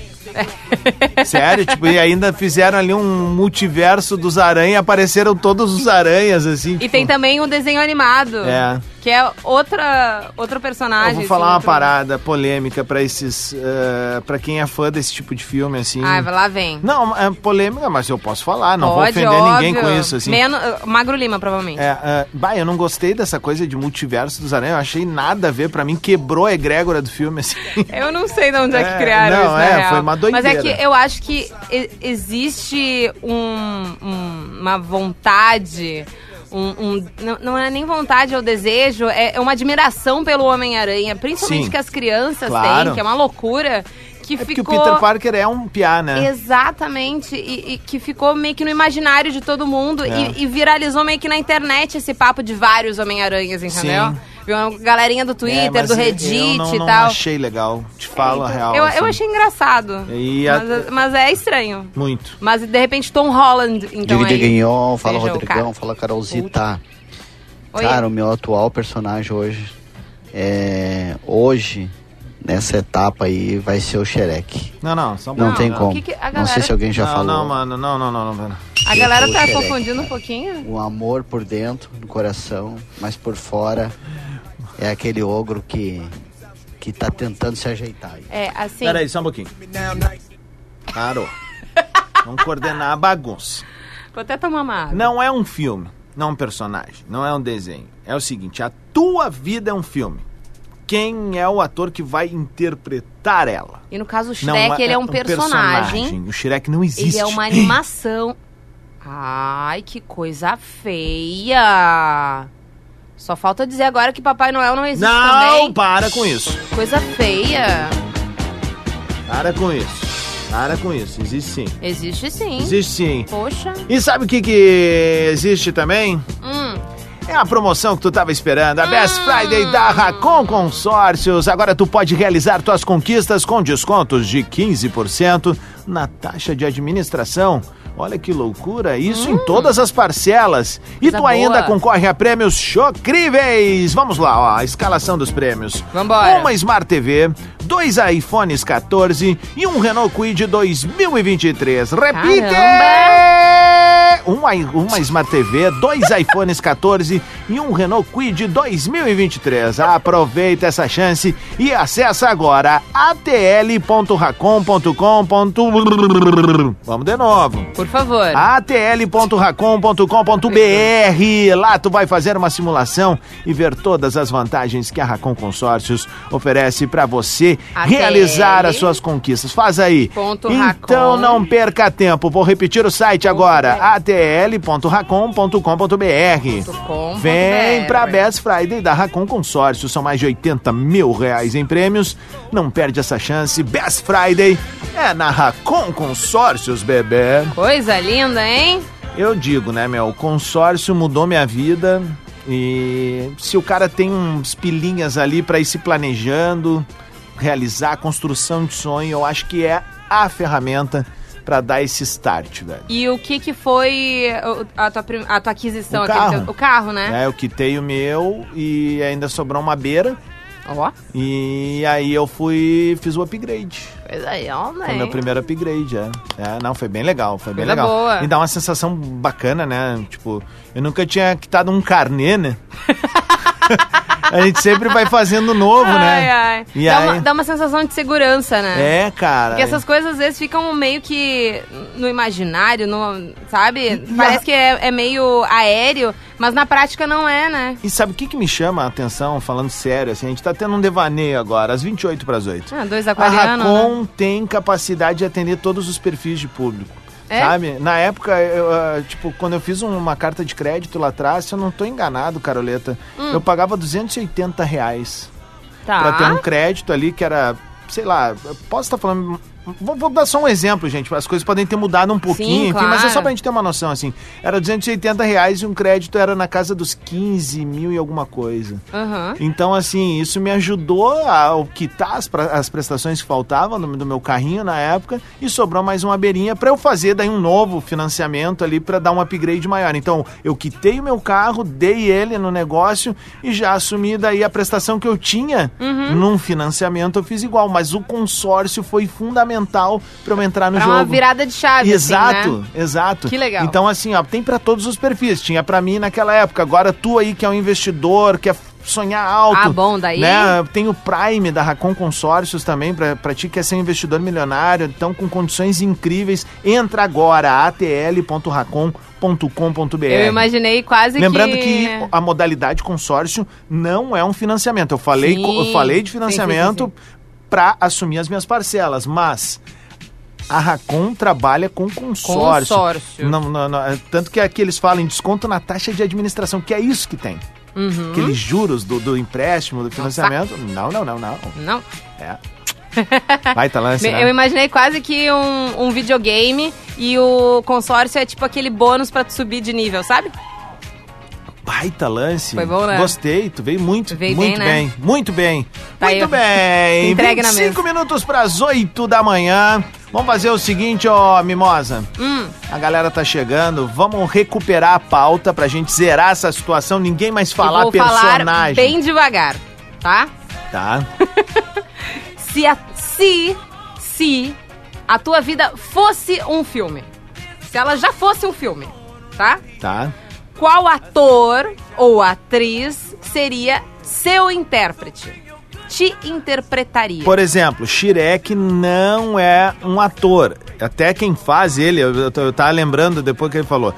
Speaker 1: Sério, tipo, e ainda fizeram ali um multiverso dos aranha, apareceram todos os aranhas, assim.
Speaker 3: E tem também o desenho animado.
Speaker 1: É.
Speaker 3: Que é outra, outro personagem.
Speaker 1: Eu vou
Speaker 3: assim,
Speaker 1: falar uma
Speaker 3: outro-
Speaker 1: parada polêmica pra esses. eh, pra quem é fã desse tipo de filme, assim.
Speaker 3: Ai, Ah, vai lá vem.
Speaker 1: Não, é polêmica, mas eu posso falar, não
Speaker 3: Pode,
Speaker 1: vou ofender
Speaker 3: óbvio.
Speaker 1: ninguém com isso, assim.
Speaker 3: Menos, uh, Magro Lima, provavelmente.
Speaker 1: É, é, bah, eu não gostei dessa coisa de multiverso dos aranhas, eu achei nada a ver, pra mim quebrou a egrégora do filme, (laughs) assim.
Speaker 3: Eu não sei de onde é,
Speaker 1: É,
Speaker 3: que criaram
Speaker 1: não,
Speaker 3: isso, na
Speaker 1: é,
Speaker 3: real.
Speaker 1: foi uma doideira.
Speaker 3: Mas é que eu acho que e- existe um- um- uma vontade... Um, um- não, não é nem vontade, é o desejo, é é uma admiração pelo Homem-Aranha, principalmente
Speaker 1: Sim.
Speaker 3: que as crianças
Speaker 1: Claro. É
Speaker 3: têm, que é uma loucura, que
Speaker 1: Porque
Speaker 3: ficou...
Speaker 1: o Peter Parker é um piá, né?
Speaker 3: Exatamente, e, e que ficou meio que no imaginário de todo mundo
Speaker 1: É.
Speaker 3: e, e viralizou meio que na internet esse papo de vários Homem-Aranhas, entendeu?
Speaker 1: Sim.
Speaker 3: Viu? A Galerinha do
Speaker 1: É,
Speaker 3: Twitter,
Speaker 1: mas
Speaker 3: do
Speaker 1: eu-
Speaker 3: Reddit
Speaker 1: eu não,
Speaker 3: e
Speaker 1: não
Speaker 3: tal.
Speaker 1: achei legal, te falo a real.
Speaker 3: Eu,
Speaker 1: assim.
Speaker 3: eu achei engraçado.
Speaker 1: E a-
Speaker 3: Mas, mas é estranho.
Speaker 1: Muito.
Speaker 3: Mas de repente Tom Holland, então.
Speaker 4: Diga,
Speaker 3: aí
Speaker 4: diga, Guignon, fala
Speaker 3: seja o
Speaker 4: Rodrigão,
Speaker 3: cara.
Speaker 4: fala Carolzita.
Speaker 3: Oi.
Speaker 4: Cara, o meu atual personagem hoje, é, hoje, nessa etapa aí, vai ser o Xerec.
Speaker 1: Não, não, só um
Speaker 4: Não
Speaker 1: pouquinho,
Speaker 4: tem
Speaker 1: não.
Speaker 4: como.
Speaker 1: O que que a
Speaker 4: Não sei
Speaker 1: galera-
Speaker 4: se alguém já
Speaker 1: Não,
Speaker 4: falou.
Speaker 1: não, mano, não, não, não, não.
Speaker 3: A galera
Speaker 4: Eu
Speaker 3: tá
Speaker 4: sou o Xerec.
Speaker 3: confundindo um pouquinho.
Speaker 4: Um amor por dentro, no coração, mas por fora é aquele ogro que, que tá tentando se ajeitar. aí.
Speaker 3: É, assim.
Speaker 1: Peraí, só um pouquinho. Parou. Vamos coordenar a bagunça.
Speaker 3: Vou até tomar uma água.
Speaker 1: Não é um filme, não é um personagem, não é um desenho. É o seguinte, a tua vida é um filme. Quem é o ator que vai interpretar ela?
Speaker 3: E no caso o
Speaker 1: Não,
Speaker 3: Shrek, ele é um, personagem.
Speaker 1: O Shrek não existe.
Speaker 3: Ele é uma animação. Ai, que coisa feia. Só falta dizer agora que Papai Noel não existe
Speaker 1: Não,
Speaker 3: também.
Speaker 1: para com isso.
Speaker 3: Coisa feia.
Speaker 1: Para com isso. Para com isso. Existe sim.
Speaker 3: Existe sim.
Speaker 1: Existe sim.
Speaker 3: Poxa.
Speaker 1: E sabe o que, que existe também?
Speaker 3: Hum. Ah.
Speaker 1: É a promoção que tu tava esperando, a Best Friday da Racon Consórcios. Agora tu pode realizar tuas conquistas com descontos de 15% na taxa de administração. Olha que loucura, isso em todas as parcelas. E
Speaker 3: Hum. Coisa
Speaker 1: tu ainda
Speaker 3: boa.
Speaker 1: concorre a prêmios chocríveis. Vamos lá, ó, a escalação dos prêmios.
Speaker 3: Vambora.
Speaker 1: Uma Smart TV, dois iPhones 14 e um Renault Kwid 2023. Repite! uma, uma Smart TV, dois iPhones 14 e um Renault Kwid 2023. Aproveita essa chance e acessa agora atl.racom.com.br. Vamos de novo.
Speaker 3: Por favor.
Speaker 1: Ah, atl.racom.com.br. Lá tu vai fazer uma simulação e ver todas as vantagens que a Racon Consórcios oferece para você
Speaker 3: ATL.
Speaker 1: realizar as suas conquistas. Faz aí.
Speaker 3: Ponto
Speaker 1: então
Speaker 3: Racon.
Speaker 1: não perca tempo. Vou repetir o site agora:
Speaker 3: um
Speaker 1: atl.racon.com.br. Vem
Speaker 3: né?
Speaker 1: pra Best Friday da Racon Consórcio. São mais de 80 mil reais em prêmios. Não perde essa chance. Best Friday é na Racon Consórcios, bebê.
Speaker 3: Coisa linda, hein?
Speaker 1: Eu digo, né, meu? O consórcio mudou minha vida. E se o cara tem uns pilinhas ali pra ir se planejando, realizar a construção de sonho, eu acho que é a ferramenta pra dar esse start, velho.
Speaker 3: E o que que foi o- a tua, prim- a tua aquisição?
Speaker 1: O
Speaker 3: aquele
Speaker 1: carro.
Speaker 3: teu- o carro, né?
Speaker 1: É, eu quitei o meu e ainda sobrou uma beira.
Speaker 3: Ó.
Speaker 1: E aí eu fui, fiz o upgrade.
Speaker 3: Coisa aí, ó, né?
Speaker 1: Foi meu primeiro upgrade, é. É, não, foi bem legal, foi bem
Speaker 3: Coisa
Speaker 1: legal.
Speaker 3: boa.
Speaker 1: E dá uma sensação bacana, né? Tipo, eu nunca tinha quitado um carnê,
Speaker 3: (laughs)
Speaker 1: né? A gente sempre vai fazendo novo,
Speaker 3: Ai,
Speaker 1: né?
Speaker 3: ai.
Speaker 1: E
Speaker 3: dá,
Speaker 1: aí-
Speaker 3: uma, dá uma sensação de segurança, né?
Speaker 1: É, cara.
Speaker 3: Porque essas coisas às vezes ficam meio que no imaginário, no,
Speaker 1: (laughs)
Speaker 3: sabe? Parece que é, é meio aéreo, mas na prática não é, né?
Speaker 1: E sabe o que, que me chama a atenção, falando sério, assim, a gente tá tendo um devaneio agora, às 28 pras 8.
Speaker 3: Ah, dois
Speaker 1: A
Speaker 3: aquarianos. né?
Speaker 1: Racon tem capacidade de atender todos os perfis de público.
Speaker 3: É?
Speaker 1: Sabe? Na época, eu, ah, tipo, quando eu fiz uma carta de crédito lá atrás, se eu não tô enganado, Caroleta,
Speaker 3: Hum.
Speaker 1: eu pagava 280 reais
Speaker 3: Tá.
Speaker 1: pra ter um crédito ali que era, sei lá, eu posso estar falando. Vou, vou dar só um exemplo, gente. As coisas podem ter mudado um pouquinho, enfim, mas é só
Speaker 3: claro.
Speaker 1: pra gente ter uma noção, assim. Era 280 reais e um crédito era na casa dos 15 mil e alguma coisa.
Speaker 3: Aham.
Speaker 1: Então, assim, isso me ajudou a ao quitar as, pra- as prestações que faltavam do, do meu carrinho na época e sobrou mais uma beirinha pra eu fazer daí um novo financiamento ali pra dar um upgrade maior. Então, eu quitei o meu carro, dei ele no negócio e já assumi daí a prestação que eu tinha
Speaker 3: Uhum.
Speaker 1: num financiamento, eu fiz igual, mas o consórcio foi fundamental pra eu entrar no
Speaker 3: Pra
Speaker 1: jogo.
Speaker 3: uma virada de chave,
Speaker 1: Exato,
Speaker 3: assim, né?
Speaker 1: exato.
Speaker 3: Que legal.
Speaker 1: Então, assim, ó, tem pra todos os perfis. Tinha pra mim naquela época. Agora tu aí que é um investidor, quer sonhar alto.
Speaker 3: Ah, bom, daí-
Speaker 1: Né? Tem o Prime da Racon Consórcios também, pra, pra ti que quer ser um investidor milionário, então com condições incríveis. Entra agora, atl.racon.com.br.
Speaker 3: Eu imaginei quase
Speaker 1: É. Lembrando
Speaker 3: que...
Speaker 1: que a modalidade consórcio não é um financiamento. Eu falei,
Speaker 3: Sim,
Speaker 1: co- eu falei de
Speaker 3: sim, sim, sim,
Speaker 1: financiamento para assumir as minhas parcelas, mas a Racon trabalha com consórcio.
Speaker 3: Consórcio.
Speaker 1: Não, não, não, é- tanto que aqui eles falam em desconto na taxa de administração, que é isso que tem.
Speaker 3: Uhum.
Speaker 1: Aqueles juros do, do empréstimo, do financiamento. Não, não, não, não.
Speaker 3: Não.
Speaker 1: É. Vai,
Speaker 3: (laughs)
Speaker 1: tá lance,
Speaker 3: Me- Eu
Speaker 1: né?
Speaker 3: imaginei quase que um, um videogame e o consórcio é tipo aquele bônus pra tu subir de nível, sabe?
Speaker 1: Baita lance.
Speaker 3: Foi bom, né?
Speaker 1: Gostei, tu veio muito,
Speaker 3: Veio
Speaker 1: muito
Speaker 3: bem, né?
Speaker 1: bem, muito bem.
Speaker 3: Tá
Speaker 1: muito
Speaker 3: aí, ó.
Speaker 1: bem.
Speaker 3: Entregue na
Speaker 1: 25 minutos para as 8 da manhã. Vamos fazer o seguinte, ó, Mimosa.
Speaker 3: Hum.
Speaker 1: A galera tá chegando. Vamos recuperar a pauta pra gente zerar essa situação. Ninguém mais falar
Speaker 3: Vou
Speaker 1: personagem.
Speaker 3: falar bem devagar, tá?
Speaker 1: Tá.
Speaker 3: Se a, se, se a tua vida fosse um filme, se ela já fosse um filme, tá?
Speaker 1: Tá.
Speaker 3: Qual ator ou atriz seria seu intérprete? Te interpretaria.
Speaker 1: Por exemplo, Shrek não é um ator. Até quem faz ele, eu, eu, tô- eu tava lembrando depois que ele falou.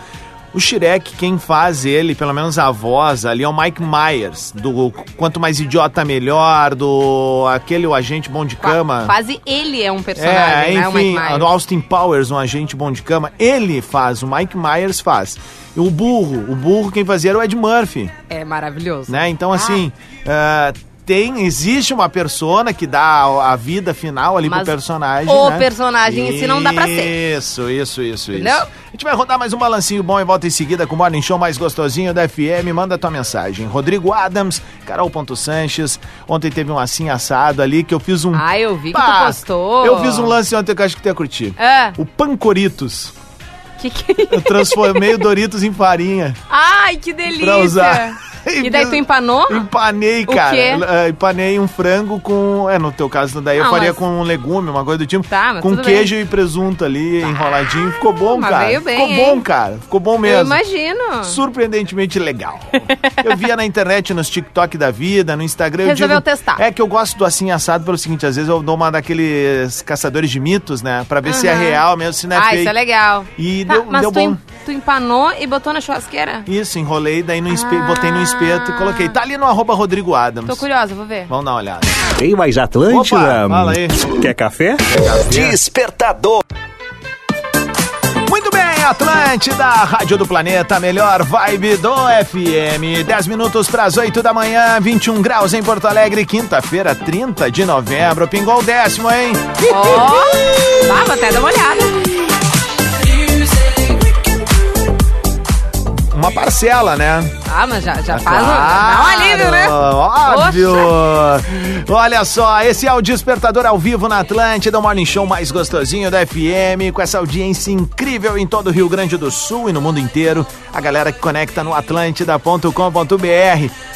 Speaker 1: O Shrek, quem faz ele, pelo menos a voz ali, é o Mike Myers, do Quanto Mais Idiota Melhor, do aquele O Agente Bom de Cama.
Speaker 3: Quase ele é um
Speaker 1: É,
Speaker 3: personagem, né? O Mike
Speaker 1: enfim,
Speaker 3: Myers.
Speaker 1: do Austin Powers, um agente bom de cama, ele faz, o Mike Myers faz. E o burro, o burro quem fazia era o Ed Murphy,
Speaker 3: É maravilhoso.
Speaker 1: né? Então, assim, ah, tem, existe uma persona que dá a vida final ali
Speaker 3: Mas
Speaker 1: pro personagem.
Speaker 3: o
Speaker 1: né?
Speaker 3: personagem em si não dá pra ser.
Speaker 1: Isso, isso, isso, isso.
Speaker 3: Entendeu?
Speaker 1: A gente vai rodar mais um balancinho bom e volta em seguida com o Morning Show mais gostosinho da FM. Manda tua mensagem. Rodrigo Adams, Carol.Sanches. Ontem teve um assim assado ali que eu fiz um.
Speaker 3: Ah, eu vi que tu
Speaker 1: Pá,
Speaker 3: postou.
Speaker 1: Eu fiz um lance ontem que eu acho que tu ia curtir.
Speaker 3: Ah,
Speaker 1: O Pancoritos.
Speaker 3: que que... é?
Speaker 1: Eu transformei o Doritos em farinha.
Speaker 3: Ai, que delícia.
Speaker 1: Pra (laughs) usar.
Speaker 3: E daí tu empanou?
Speaker 1: Empanei,
Speaker 3: Ah, O
Speaker 1: cara.
Speaker 3: quê?
Speaker 1: Eh, Empanei um frango com. É, no teu caso, daí eu
Speaker 3: Ah,
Speaker 1: faria
Speaker 3: mas- Tá,
Speaker 1: com um legume, uma coisa do tipo.
Speaker 3: mas
Speaker 1: com
Speaker 3: tudo Tá.
Speaker 1: queijo e presunto ali, enroladinho. Ficou bom,
Speaker 3: mas
Speaker 1: cara.
Speaker 3: veio bem,
Speaker 1: Ficou
Speaker 3: hein?
Speaker 1: bom, cara. Ficou bom mesmo.
Speaker 3: Eu imagino.
Speaker 1: Surpreendentemente legal. Eu via na internet, nos TikTok da vida, no Instagram. eu
Speaker 3: Resolveu
Speaker 1: digo-
Speaker 3: testar.
Speaker 1: É que eu gosto do assim assado pelo seguinte: às vezes eu dou uma daqueles caçadores de mitos, né? Pra ver se é
Speaker 3: Aham.
Speaker 1: real mesmo, se não é
Speaker 3: ah,
Speaker 1: fake.
Speaker 3: isso é legal.
Speaker 1: E
Speaker 3: Tá,
Speaker 1: deu,
Speaker 3: mas
Speaker 1: deu
Speaker 3: tu,
Speaker 1: bom.
Speaker 3: em- tu empanou e botou na churrasqueira?
Speaker 1: Isso, enrolei, daí no espe-
Speaker 3: Ah.
Speaker 1: botei no espeto e coloquei. Tá ali no arroba Rodrigo Adams.
Speaker 3: Tô curiosa, vou ver.
Speaker 1: Vamos dar uma olhada.
Speaker 16: Tem mais Atlântida?
Speaker 1: Opa, fala aí.
Speaker 16: Quer café?
Speaker 17: Despertador.
Speaker 1: Muito bem, Atlântida, Rádio do Planeta, a melhor vibe do FM. 10 minutos para as 8 da manhã, 21 graus em Porto Alegre, quinta-feira, 30 de novembro. Pingou o décimo, hein?
Speaker 3: Ó, tá, vou até dar uma olhada.
Speaker 1: Uma parcela, né?
Speaker 3: Ah, mas já, já faz.
Speaker 1: Claro,
Speaker 3: Dá um alívio, né?
Speaker 1: Óbvio! Olha só, esse é o Despertador ao vivo na Atlântida, o morning show mais gostosinho da FM, com essa audiência incrível em todo o Rio Grande do Sul e no mundo inteiro. A galera que conecta no atlântida.com.br.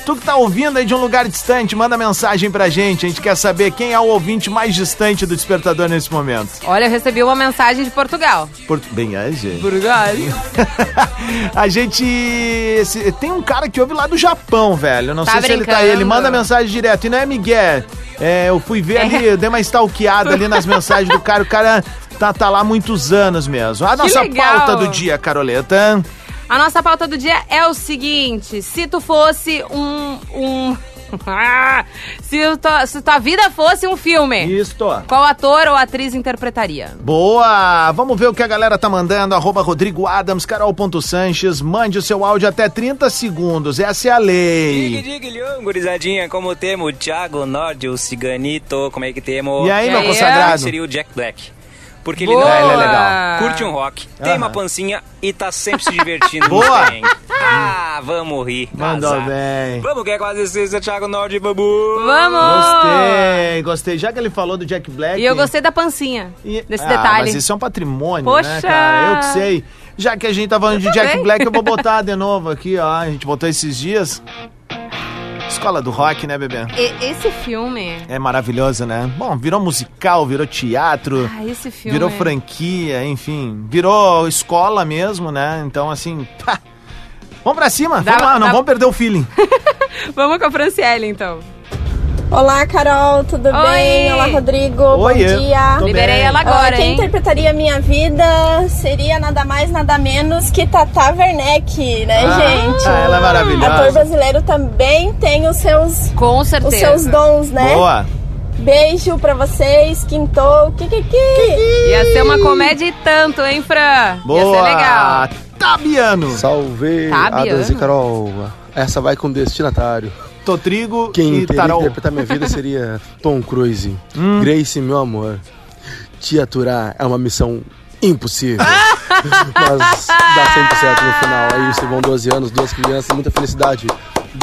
Speaker 1: Tu que tá ouvindo aí de um lugar distante, manda mensagem pra gente. A gente quer saber quem é o ouvinte mais distante do Despertador nesse momento.
Speaker 3: Olha, eu recebi uma mensagem de Portugal.
Speaker 1: Porto... Bem, é, gente.
Speaker 3: Portugal.
Speaker 1: (laughs) A gente. esse- tem um cara que ouve lá do Japão, velho. Não
Speaker 3: Tá
Speaker 1: sei se ele tá aí. Ele
Speaker 3: brincando.
Speaker 1: manda mensagem direto. E não é Miguel. É, eu fui ver ali, eu dei uma stalkeada ali nas mensagens do cara. O cara tá, tá lá há muitos anos mesmo. A
Speaker 3: Que
Speaker 1: nossa
Speaker 3: legal.
Speaker 1: pauta do dia, Caroleta.
Speaker 3: A nossa pauta do dia é o seguinte: se tu fosse um. um... (laughs) se, tua, se tua vida fosse um filme,
Speaker 1: Isto.
Speaker 3: qual ator ou atriz interpretaria?
Speaker 1: Boa! Vamos ver o que a galera tá mandando. Arroba Rodrigo Adams, Carol.Sanches. Mande o seu áudio até 30 segundos. Essa é a
Speaker 11: Digue,
Speaker 1: lei.
Speaker 11: digue, lhão, gurizadinha, como temos o Thiago Norte, o Ciganito, como é que temos?
Speaker 1: E aí, meu E aí, consagrado? é?
Speaker 11: Seria o Jack Black. Porque
Speaker 1: Boa!
Speaker 11: ele não
Speaker 1: Ele é legal.
Speaker 11: curte um rock, tem uma pancinha e tá sempre se divertindo. no
Speaker 1: Boa!
Speaker 11: trem. Ah, vamos rir.
Speaker 1: Mandou
Speaker 11: azar.
Speaker 1: bem.
Speaker 11: Vamos que é quase sexta, Thiago Norte, babu.
Speaker 1: Gostei, gostei. Já que ele falou do Jack Black.
Speaker 3: E eu gostei da pancinha, desse
Speaker 1: Ah,
Speaker 3: detalhe.
Speaker 1: Mas isso é um patrimônio, né,
Speaker 3: Poxa!
Speaker 1: cara? Eu que sei. Já que a gente tá falando de Jack
Speaker 3: também.
Speaker 1: Black, eu vou botar de novo aqui, ó. A gente botou esses dias. Escola do Rock, né, bebê?
Speaker 3: E- esse filme.
Speaker 1: É maravilhoso, né? Bom, virou musical, virou teatro,
Speaker 3: Ah, esse filme.
Speaker 1: virou franquia, enfim. Virou escola mesmo, né? Então, assim, pá. Vamos pra cima,
Speaker 3: Dá-
Speaker 1: vamos lá, não
Speaker 3: dá-
Speaker 1: vamos perder o feeling.
Speaker 3: Vamos com a Franciele, então.
Speaker 6: Olá, Carol, tudo
Speaker 3: Oi.
Speaker 6: bem? Olá, Rodrigo,
Speaker 1: Oiê,
Speaker 6: bom dia.
Speaker 1: tô Liberei bem. ela
Speaker 3: agora,
Speaker 6: Ah, Quem
Speaker 3: hein?
Speaker 6: interpretaria minha vida seria nada mais, nada menos que Tata Werneck, né,
Speaker 1: Ah,
Speaker 6: gente?
Speaker 1: ela é maravilhosa.
Speaker 6: Ator brasileiro também tem os seus...
Speaker 3: Com certeza.
Speaker 6: Os seus dons, né?
Speaker 1: Boa.
Speaker 6: Beijo pra vocês, quintou, kikiki.
Speaker 3: Ia ser uma comédia e tanto, hein, Fran?
Speaker 1: Boa.
Speaker 3: Ia ser legal.
Speaker 1: Tabiano.
Speaker 13: Salve,
Speaker 3: Tabiano?
Speaker 13: Adams e Carol. Essa vai com destinatário.
Speaker 1: Totrigo
Speaker 13: Quem
Speaker 1: e Hum.
Speaker 13: teria
Speaker 1: Tarol.
Speaker 13: que interpretar minha vida seria Tom Cruise. Grace, meu amor. Te aturar é uma missão
Speaker 1: (laughs)
Speaker 13: impossível. Mas dá sempre certo no final. É isso, vão 12 anos, duas crianças, muita felicidade.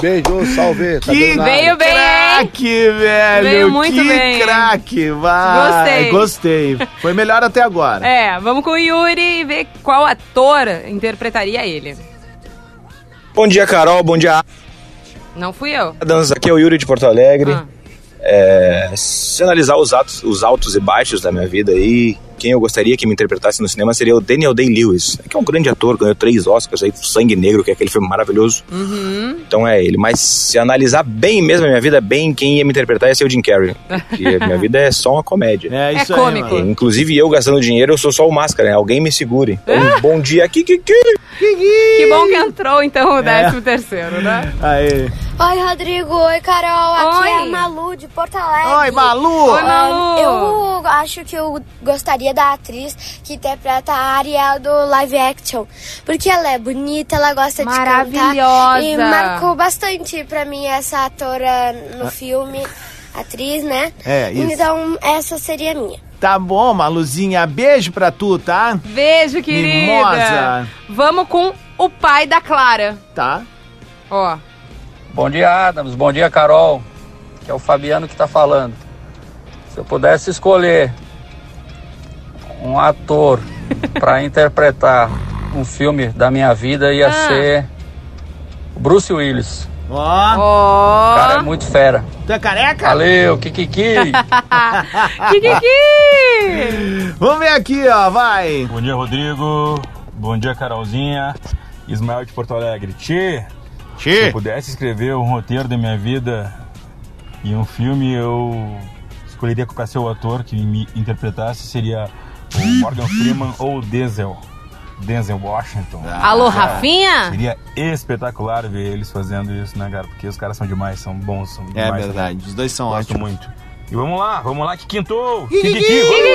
Speaker 13: Beijo, salve.
Speaker 1: Que
Speaker 3: veio bem, hein?
Speaker 1: craque, velho.
Speaker 3: Veio muito
Speaker 1: que
Speaker 3: bem, hein?
Speaker 1: craque, vai. Gostei. Foi melhor até agora.
Speaker 3: É, vamos com o Yuri e ver qual ator interpretaria ele.
Speaker 4: Bom dia, Carol. Bom dia,
Speaker 3: Não fui eu.
Speaker 4: Adams. Aqui é o Yuri de Porto Alegre.
Speaker 3: Ah.
Speaker 4: É, se analisar os, atos, os altos e baixos da minha vida aí, quem eu gostaria que me interpretasse no cinema seria o Daniel Day-Lewis, que é um grande ator, ganhou três Oscars aí, Sangue Negro, que é aquele filme maravilhoso.
Speaker 3: Uhum.
Speaker 4: Então é ele. Mas se analisar bem mesmo a minha vida, bem quem ia me interpretar ia ser o Jim Carrey. Porque a minha vida é só uma comédia.
Speaker 3: (laughs)
Speaker 1: É,
Speaker 3: isso aí, cômico. mano.
Speaker 4: Inclusive eu gastando dinheiro, eu sou só o máscara, né? Alguém me segure.
Speaker 3: Ah.
Speaker 4: Um bom dia, Kikiki!
Speaker 3: Que bom que entrou,
Speaker 1: É.
Speaker 3: então, o 13 terceiro, né?
Speaker 1: (laughs) Aí.
Speaker 12: Oi, Rodrigo. Oi, Carol.
Speaker 3: Oi.
Speaker 12: Aqui é a Malu de Porto Alegre.
Speaker 1: Oi, Malu.
Speaker 3: Oi, Malu.
Speaker 12: Ah, Eu acho que eu gostaria gostaria da atriz que interpreta a Ariel do live action. Porque ela é bonita, ela gosta de cantar.
Speaker 3: Maravilhosa.
Speaker 12: E marcou bastante pra mim essa atora no filme, atriz, né?
Speaker 1: Ah. É, isso.
Speaker 12: Então, essa seria a minha.
Speaker 1: Tá bom, Maluzinha. Beijo pra tu, tá?
Speaker 3: Beijo, querida.
Speaker 1: Mimosa.
Speaker 3: Vamos com o pai da Clara.
Speaker 1: Tá.
Speaker 3: Ó.
Speaker 18: Bom dia, Adams. Bom dia, Carol. Que é o Fabiano que está falando. Se eu pudesse escolher um
Speaker 3: (laughs)
Speaker 18: ator para interpretar um filme da minha vida, ia
Speaker 3: Ah.
Speaker 18: ser o Bruce Willis.
Speaker 3: Ó.
Speaker 18: O cara é muito fera.
Speaker 1: Tu é careca?
Speaker 18: Valeu,
Speaker 3: (laughs)
Speaker 18: Kikiki.
Speaker 1: (laughs)
Speaker 3: Kikiki!
Speaker 1: Vamos ver aqui, ó, vai.
Speaker 11: Bom dia, Rodrigo. Bom dia, Carolzinha. Ismael de Porto Alegre. Tchê! Se eu pudesse escrever um roteiro da minha vida e um filme, eu escolheria qual seu ator que me interpretasse seria o Morgan Freeman ou o Denzel. Denzel Washington.
Speaker 1: Ah,
Speaker 3: Alô,
Speaker 11: Cara,
Speaker 3: Rafinha?
Speaker 11: Seria espetacular ver eles fazendo isso, né, cara? Porque os caras são demais, são bons, são demais.
Speaker 1: É verdade, os dois são
Speaker 11: Gosto muito. E vamos lá, vamos lá que quintou!
Speaker 1: Valeu.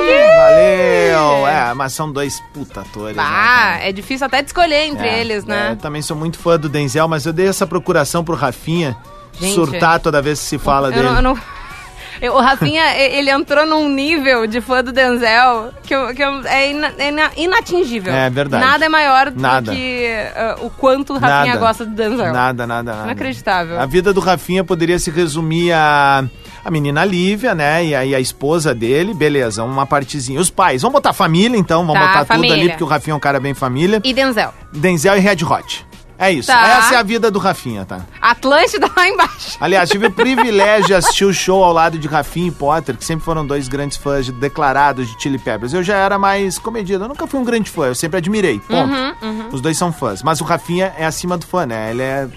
Speaker 1: É, mas são dois puta atores. né?
Speaker 3: Ah, é difícil até de escolher entre
Speaker 1: É,
Speaker 3: eles,
Speaker 1: é,
Speaker 3: né?
Speaker 1: eu também sou muito fã do Denzel, mas eu dei essa procuração pro Rafinha
Speaker 3: Gente.
Speaker 1: surtar toda vez que se fala
Speaker 3: Eu
Speaker 1: dele.
Speaker 3: não, eu não- (laughs) eu- o Rafinha, e- ele entrou num nível de fã do Denzel que, eu- que eu- é, ina- é ina- inatingível.
Speaker 1: É verdade.
Speaker 3: Nada é maior
Speaker 1: Nada.
Speaker 3: do que ah, o quanto o Rafinha
Speaker 1: Nada.
Speaker 3: gosta do Denzel.
Speaker 1: Nada, nada, nada.
Speaker 3: Inacreditável.
Speaker 1: A vida do Rafinha poderia se resumir a a menina Lívia, né? E aí a esposa dele, beleza, uma partezinha. Os pais, vamos botar a família então, vamos
Speaker 3: Tá,
Speaker 1: botar
Speaker 3: família.
Speaker 1: tudo ali, porque o Rafinha é um cara bem família.
Speaker 3: E Denzel.
Speaker 1: Denzel e Red Hot. É isso.
Speaker 3: Tá.
Speaker 1: Essa é a vida do Rafinha, tá?
Speaker 3: Atlântida lá embaixo.
Speaker 1: Aliás, tive o privilégio de assistir o show ao lado de Rafinha e Potter, que sempre foram dois grandes fãs de- declarados de Chili Peppers. Eu já era mais comedido, eu nunca fui um grande fã, eu sempre admirei, ponto.
Speaker 3: Uhum, uhum.
Speaker 1: Os dois são fãs, mas o Rafinha é acima do fã, né? Ele é...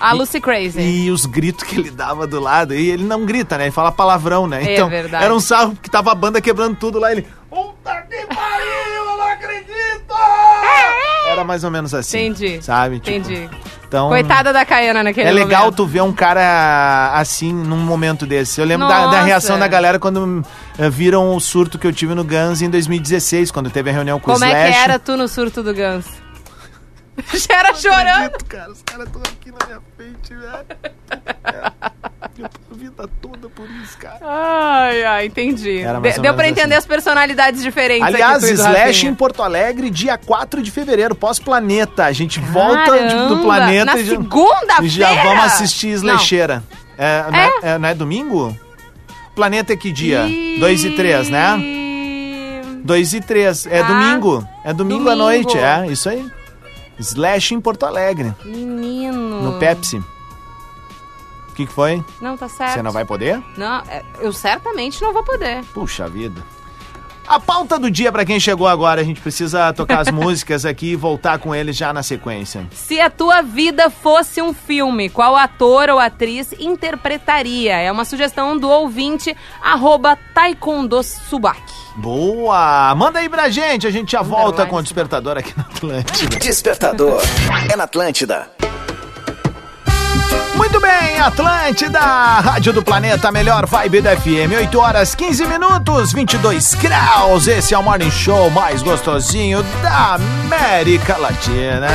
Speaker 3: A Lucy Crazy.
Speaker 1: E os gritos que ele dava do lado, e ele não grita, né? Ele fala palavrão, né?
Speaker 3: É
Speaker 1: Então,
Speaker 3: verdade.
Speaker 1: era um sarro que tava a banda quebrando tudo lá, ele... Era mais ou menos assim.
Speaker 3: É, Entendi.
Speaker 1: Sabe? Tipo,
Speaker 3: Entendi.
Speaker 1: Então...
Speaker 3: Coitada da Caiana naquele
Speaker 1: É legal
Speaker 3: momento.
Speaker 1: tu ver um cara assim num momento desse. Eu lembro da, da
Speaker 3: Nossa.
Speaker 1: reação da galera quando eh, viram o surto que eu tive no Guns em 2016, quando teve a reunião com
Speaker 3: Como
Speaker 1: o Slash.
Speaker 3: é que era tu no surto do Guns? (laughs) Já era chorando.
Speaker 1: cara. Os caras estão aqui na minha frente, velho. Eu tô a vida toda por isso, cara.
Speaker 3: Ai, ai, entendi.
Speaker 1: Era mais
Speaker 3: De-
Speaker 1: ou
Speaker 3: deu
Speaker 1: menos
Speaker 3: pra entender
Speaker 1: assim.
Speaker 3: as personalidades diferentes.
Speaker 1: Aliás,
Speaker 3: aqui, tu e do
Speaker 1: Slash
Speaker 3: Rafinha.
Speaker 1: em Porto Alegre, dia 4 de fevereiro, pós-planeta. A gente volta
Speaker 3: Caramba,
Speaker 1: de- do planeta
Speaker 3: na
Speaker 1: e já,
Speaker 3: segunda-feira?
Speaker 1: e já vamos assistir
Speaker 3: Não.
Speaker 1: Slasheira. É, não, é, é, não é domingo? Planeta é que dia? 2 e 3, né? 2 e 3. É
Speaker 3: Ah,
Speaker 1: domingo. É domingo, à
Speaker 3: domingo.
Speaker 1: noite, é, isso aí. Slash em Porto Alegre,
Speaker 3: Menino.
Speaker 1: no Pepsi. O que, que foi?
Speaker 3: Não, tá certo.
Speaker 1: Você não vai poder?
Speaker 3: Não, é, eu certamente não vou poder.
Speaker 1: Puxa vida. A pauta do dia pra quem chegou agora, a gente precisa tocar as músicas aqui e voltar com ele já na sequência.
Speaker 3: Se a tua vida fosse um filme, qual ator ou atriz interpretaria? É uma sugestão do ouvinte, arroba Taekwondo Subaki.
Speaker 1: Boa! Manda aí pra gente, a gente já volta com o despertador aqui na Atlântida.
Speaker 4: Despertador é na Atlântida.
Speaker 1: Muito bem, Atlântida, Rádio do Planeta, a melhor vibe da FM. 8 horas 15 minutos, 22 graus. Esse é o morning show mais gostosinho da América Latina.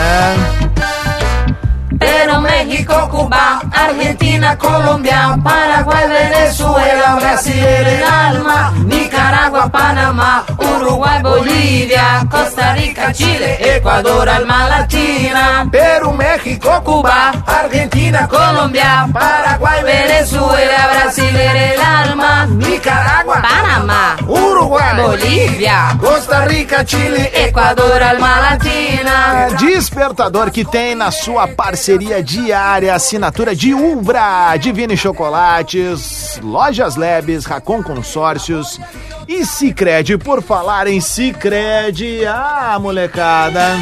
Speaker 5: Pero México, Cuba, Argentina, Colombia, Paraguay, Venezuela, Brasil, el alma, Nicaragua, Panamá, Uruguay, Bolivia, Costa Rica, Chile, Ecuador, alma latina. Perú, México, Cuba, Argentina, Colombia, Paraguay, Venezuela, Brasil, el alma, Nicaragua, Panamá, Uruguay, Bolivia, Costa Rica, Chile, Ecuador, alma latina.
Speaker 1: É Despertador que tem na sua parceria diária a assinatura de Umbra, Divine Chocolates, Lojas Labs, Racon Consórcios e Cicred. Por falar em Cicred, ah, molecada.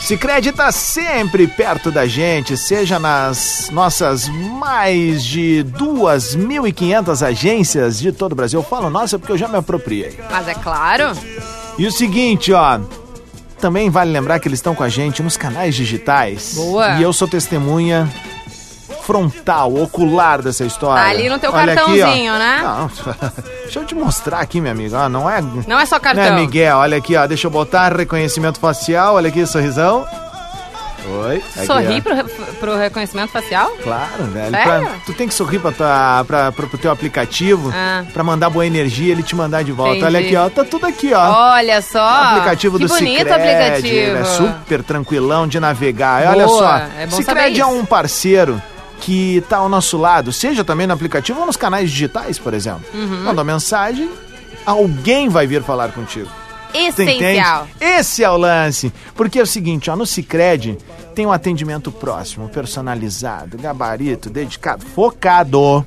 Speaker 1: Sicredi tá sempre perto da gente, seja nas nossas mais de 2.500 agências de todo o Brasil. Eu falo nossa porque eu já me apropriei.
Speaker 3: Mas é claro.
Speaker 1: E o seguinte, ó. Também vale lembrar que eles estão com a gente nos canais digitais.
Speaker 3: Boa.
Speaker 1: E eu sou testemunha frontal, ocular dessa história.
Speaker 3: Tá ali no teu
Speaker 1: Olha aqui, ó.
Speaker 3: cartãozinho, né?
Speaker 1: Não, (laughs) deixa eu te mostrar aqui, minha amiga. ó, Não é,
Speaker 3: Não é só cartão.
Speaker 1: Né, Miguel? Olha aqui, ó. Deixa eu botar reconhecimento facial. Olha aqui, sorrisão. Oi. aqui, ó.
Speaker 3: Sorri pro, pro reconhecimento facial?
Speaker 1: Claro, velho.
Speaker 3: Sério?
Speaker 1: Pra- tu tem que sorrir pra tua, pra, pra- pro teu aplicativo
Speaker 3: Ah.
Speaker 1: pra mandar boa energia e ele te mandar de volta.
Speaker 3: Entendi.
Speaker 1: Olha aqui, ó. Tá tudo aqui, ó.
Speaker 3: Olha só.
Speaker 1: aplicativo
Speaker 3: Ah, que
Speaker 1: do
Speaker 3: bonito
Speaker 1: Cicred,
Speaker 3: o aplicativo.
Speaker 1: É super tranquilão de navegar. E
Speaker 3: Boa,
Speaker 1: Olha só,
Speaker 3: é bom saber
Speaker 1: Cicred
Speaker 3: isso.
Speaker 1: é um parceiro que tá ao nosso lado, seja também no aplicativo ou nos canais digitais, por exemplo.
Speaker 3: Uhum.
Speaker 1: Manda uma mensagem, alguém vai vir falar contigo. Tu entende?
Speaker 3: Essencial.
Speaker 1: Esse é o lance. Porque é o seguinte, ó, no Cicred tem um atendimento próximo, personalizado, gabarito, dedicado, focado.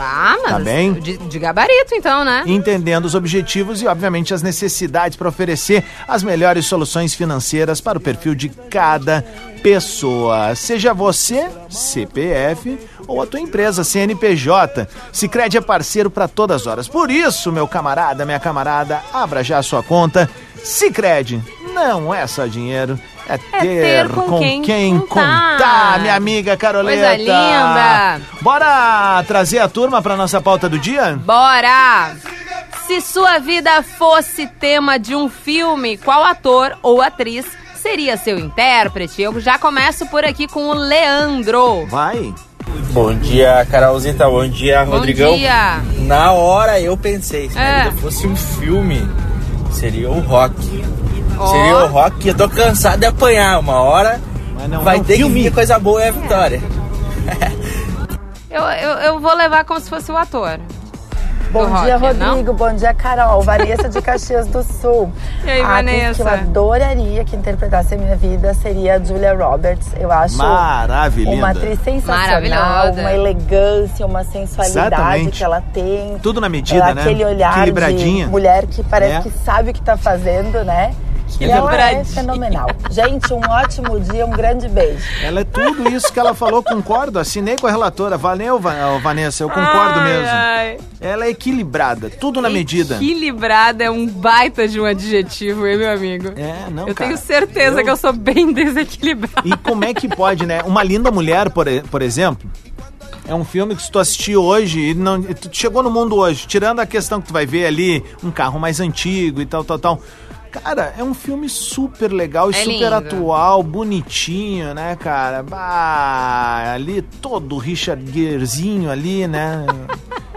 Speaker 3: Ah, mas
Speaker 1: Tá bem?
Speaker 3: De, de gabarito, então, né?
Speaker 1: entendendo os objetivos e, obviamente, as necessidades para oferecer as melhores soluções financeiras para o perfil de cada pessoa. Seja você, CPF ou a tua empresa, CNPJ. Sicredi é parceiro para todas as horas. Por isso, meu camarada, minha camarada, abra já a sua conta. Sicredi não é só dinheiro, é ter,
Speaker 3: ter com
Speaker 1: com,
Speaker 3: quem
Speaker 1: quem,
Speaker 3: contar.
Speaker 1: contar. minha amiga Caroleta.
Speaker 3: Coisa linda.
Speaker 1: Bora trazer a turma para nossa pauta do dia?
Speaker 3: Bora! Se sua vida fosse tema de um filme, qual ator ou atriz seria seu intérprete? Eu já começo por aqui com o Leandro.
Speaker 1: Vai!
Speaker 11: Bom dia, Carolzita. Bom dia,
Speaker 3: Bom
Speaker 11: Rodrigão.
Speaker 3: dia.
Speaker 11: Na hora eu pensei, se
Speaker 3: É.
Speaker 11: na vida fosse um filme, seria o rock.
Speaker 3: Ó.
Speaker 11: Seria o rock. Eu tô cansado de apanhar. Uma hora
Speaker 19: é um
Speaker 11: vai ter que vir coisa boa é a vitória.
Speaker 3: Eu, eu, eu vou levar como se fosse o ator.
Speaker 6: Bom
Speaker 3: Do
Speaker 6: dia,
Speaker 3: rock, não?
Speaker 6: Rodrigo. Bom dia, Carol. Vanessa (laughs) de Caxias do Sul.
Speaker 3: E aí,
Speaker 6: a atriz que eu
Speaker 3: Vanessa?
Speaker 6: adoraria que interpretasse a minha vida seria a Julia Roberts. Eu acho
Speaker 1: Maravilhosa.
Speaker 6: uma atriz sensacional,
Speaker 3: Maravilhosa.
Speaker 6: uma elegância, uma sensualidade
Speaker 1: Exatamente.
Speaker 6: que ela tem.
Speaker 1: Tudo na medida,
Speaker 6: ela, é
Speaker 1: né?
Speaker 6: Aquele olhar de
Speaker 1: Equilibradinha.
Speaker 6: mulher que parece
Speaker 1: É.
Speaker 6: que sabe o que tá fazendo, né?
Speaker 1: Que
Speaker 6: E ela é
Speaker 1: equilibradinha.
Speaker 6: fenomenal. Gente, um ótimo dia, um grande beijo.
Speaker 1: Ela é tudo isso que ela falou, concordo, assinei com a relatora. Valeu, Va- ô, Vanessa, eu
Speaker 6: Ah.
Speaker 1: concordo
Speaker 3: Ai,
Speaker 1: mesmo.
Speaker 3: ai.
Speaker 1: Ela é equilibrada, tudo na medida.
Speaker 3: Equilibrada é um baita de um adjetivo, hein, meu amigo?
Speaker 1: É, não,
Speaker 3: Eu
Speaker 1: cara,
Speaker 3: tenho certeza
Speaker 1: eu-
Speaker 3: que eu sou bem (laughs) desequilibrada.
Speaker 1: E como é que pode, né? Uma linda mulher, por, e- por exemplo, é um filme que se tu assistir hoje e não, e tu chegou no mundo hoje, tirando a questão que tu vai ver ali, um carro mais antigo e tal, tal, tal. Cara, é um filme super legal e
Speaker 20: É
Speaker 1: super
Speaker 20: lindo.
Speaker 1: atual, bonitinho, né, cara? Bah, ali todo o Richard Gerezinho ali,
Speaker 3: (laughs)
Speaker 1: né?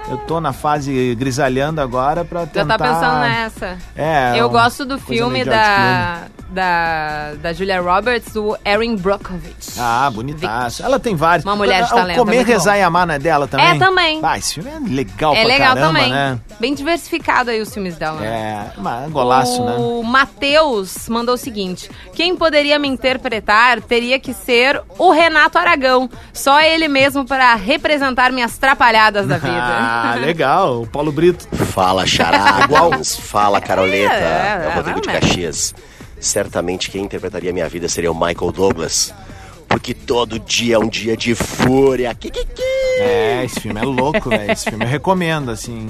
Speaker 1: Eu tô na fase grisalhando agora pra
Speaker 3: Já
Speaker 1: tentar...
Speaker 3: tá pensando nessa.
Speaker 1: Então É,
Speaker 3: eu
Speaker 1: uma
Speaker 3: gosto do
Speaker 1: coisa
Speaker 3: filme
Speaker 1: meio de
Speaker 3: da, da, da Julia Roberts, do Erin Brockovich.
Speaker 1: Ah, bonitaço. Ela tem vários.
Speaker 3: Uma mulher de
Speaker 1: Ah, o
Speaker 3: talento,
Speaker 1: Comer,
Speaker 3: muito bom.
Speaker 1: Rezar e Amar não é dela também?
Speaker 3: É, também.
Speaker 1: Ah, esse filme é legal
Speaker 3: é
Speaker 1: pra
Speaker 3: legal
Speaker 1: caramba,
Speaker 3: também.
Speaker 1: né?
Speaker 3: Bem diversificado aí os filmes dela. né?
Speaker 1: É, mas é golaço, né?
Speaker 3: O Matheus mandou o seguinte: quem poderia me interpretar teria que ser o Renato Aragão. Só ele mesmo para representar minhas trapalhadas
Speaker 1: (laughs)
Speaker 3: da vida. (laughs)
Speaker 1: Ah, legal. O Paulo Brito.
Speaker 4: Fala, Charadas. Fala, Caroleta.
Speaker 3: É,
Speaker 4: É,
Speaker 3: é,
Speaker 4: o Rodrigo de
Speaker 3: realmente.
Speaker 4: Caxias. Certamente quem interpretaria minha vida seria o Michael Douglas. Porque todo dia é um dia de fúria. Que, que, que.
Speaker 1: É, esse filme é louco, velho. Esse filme eu recomendo, assim.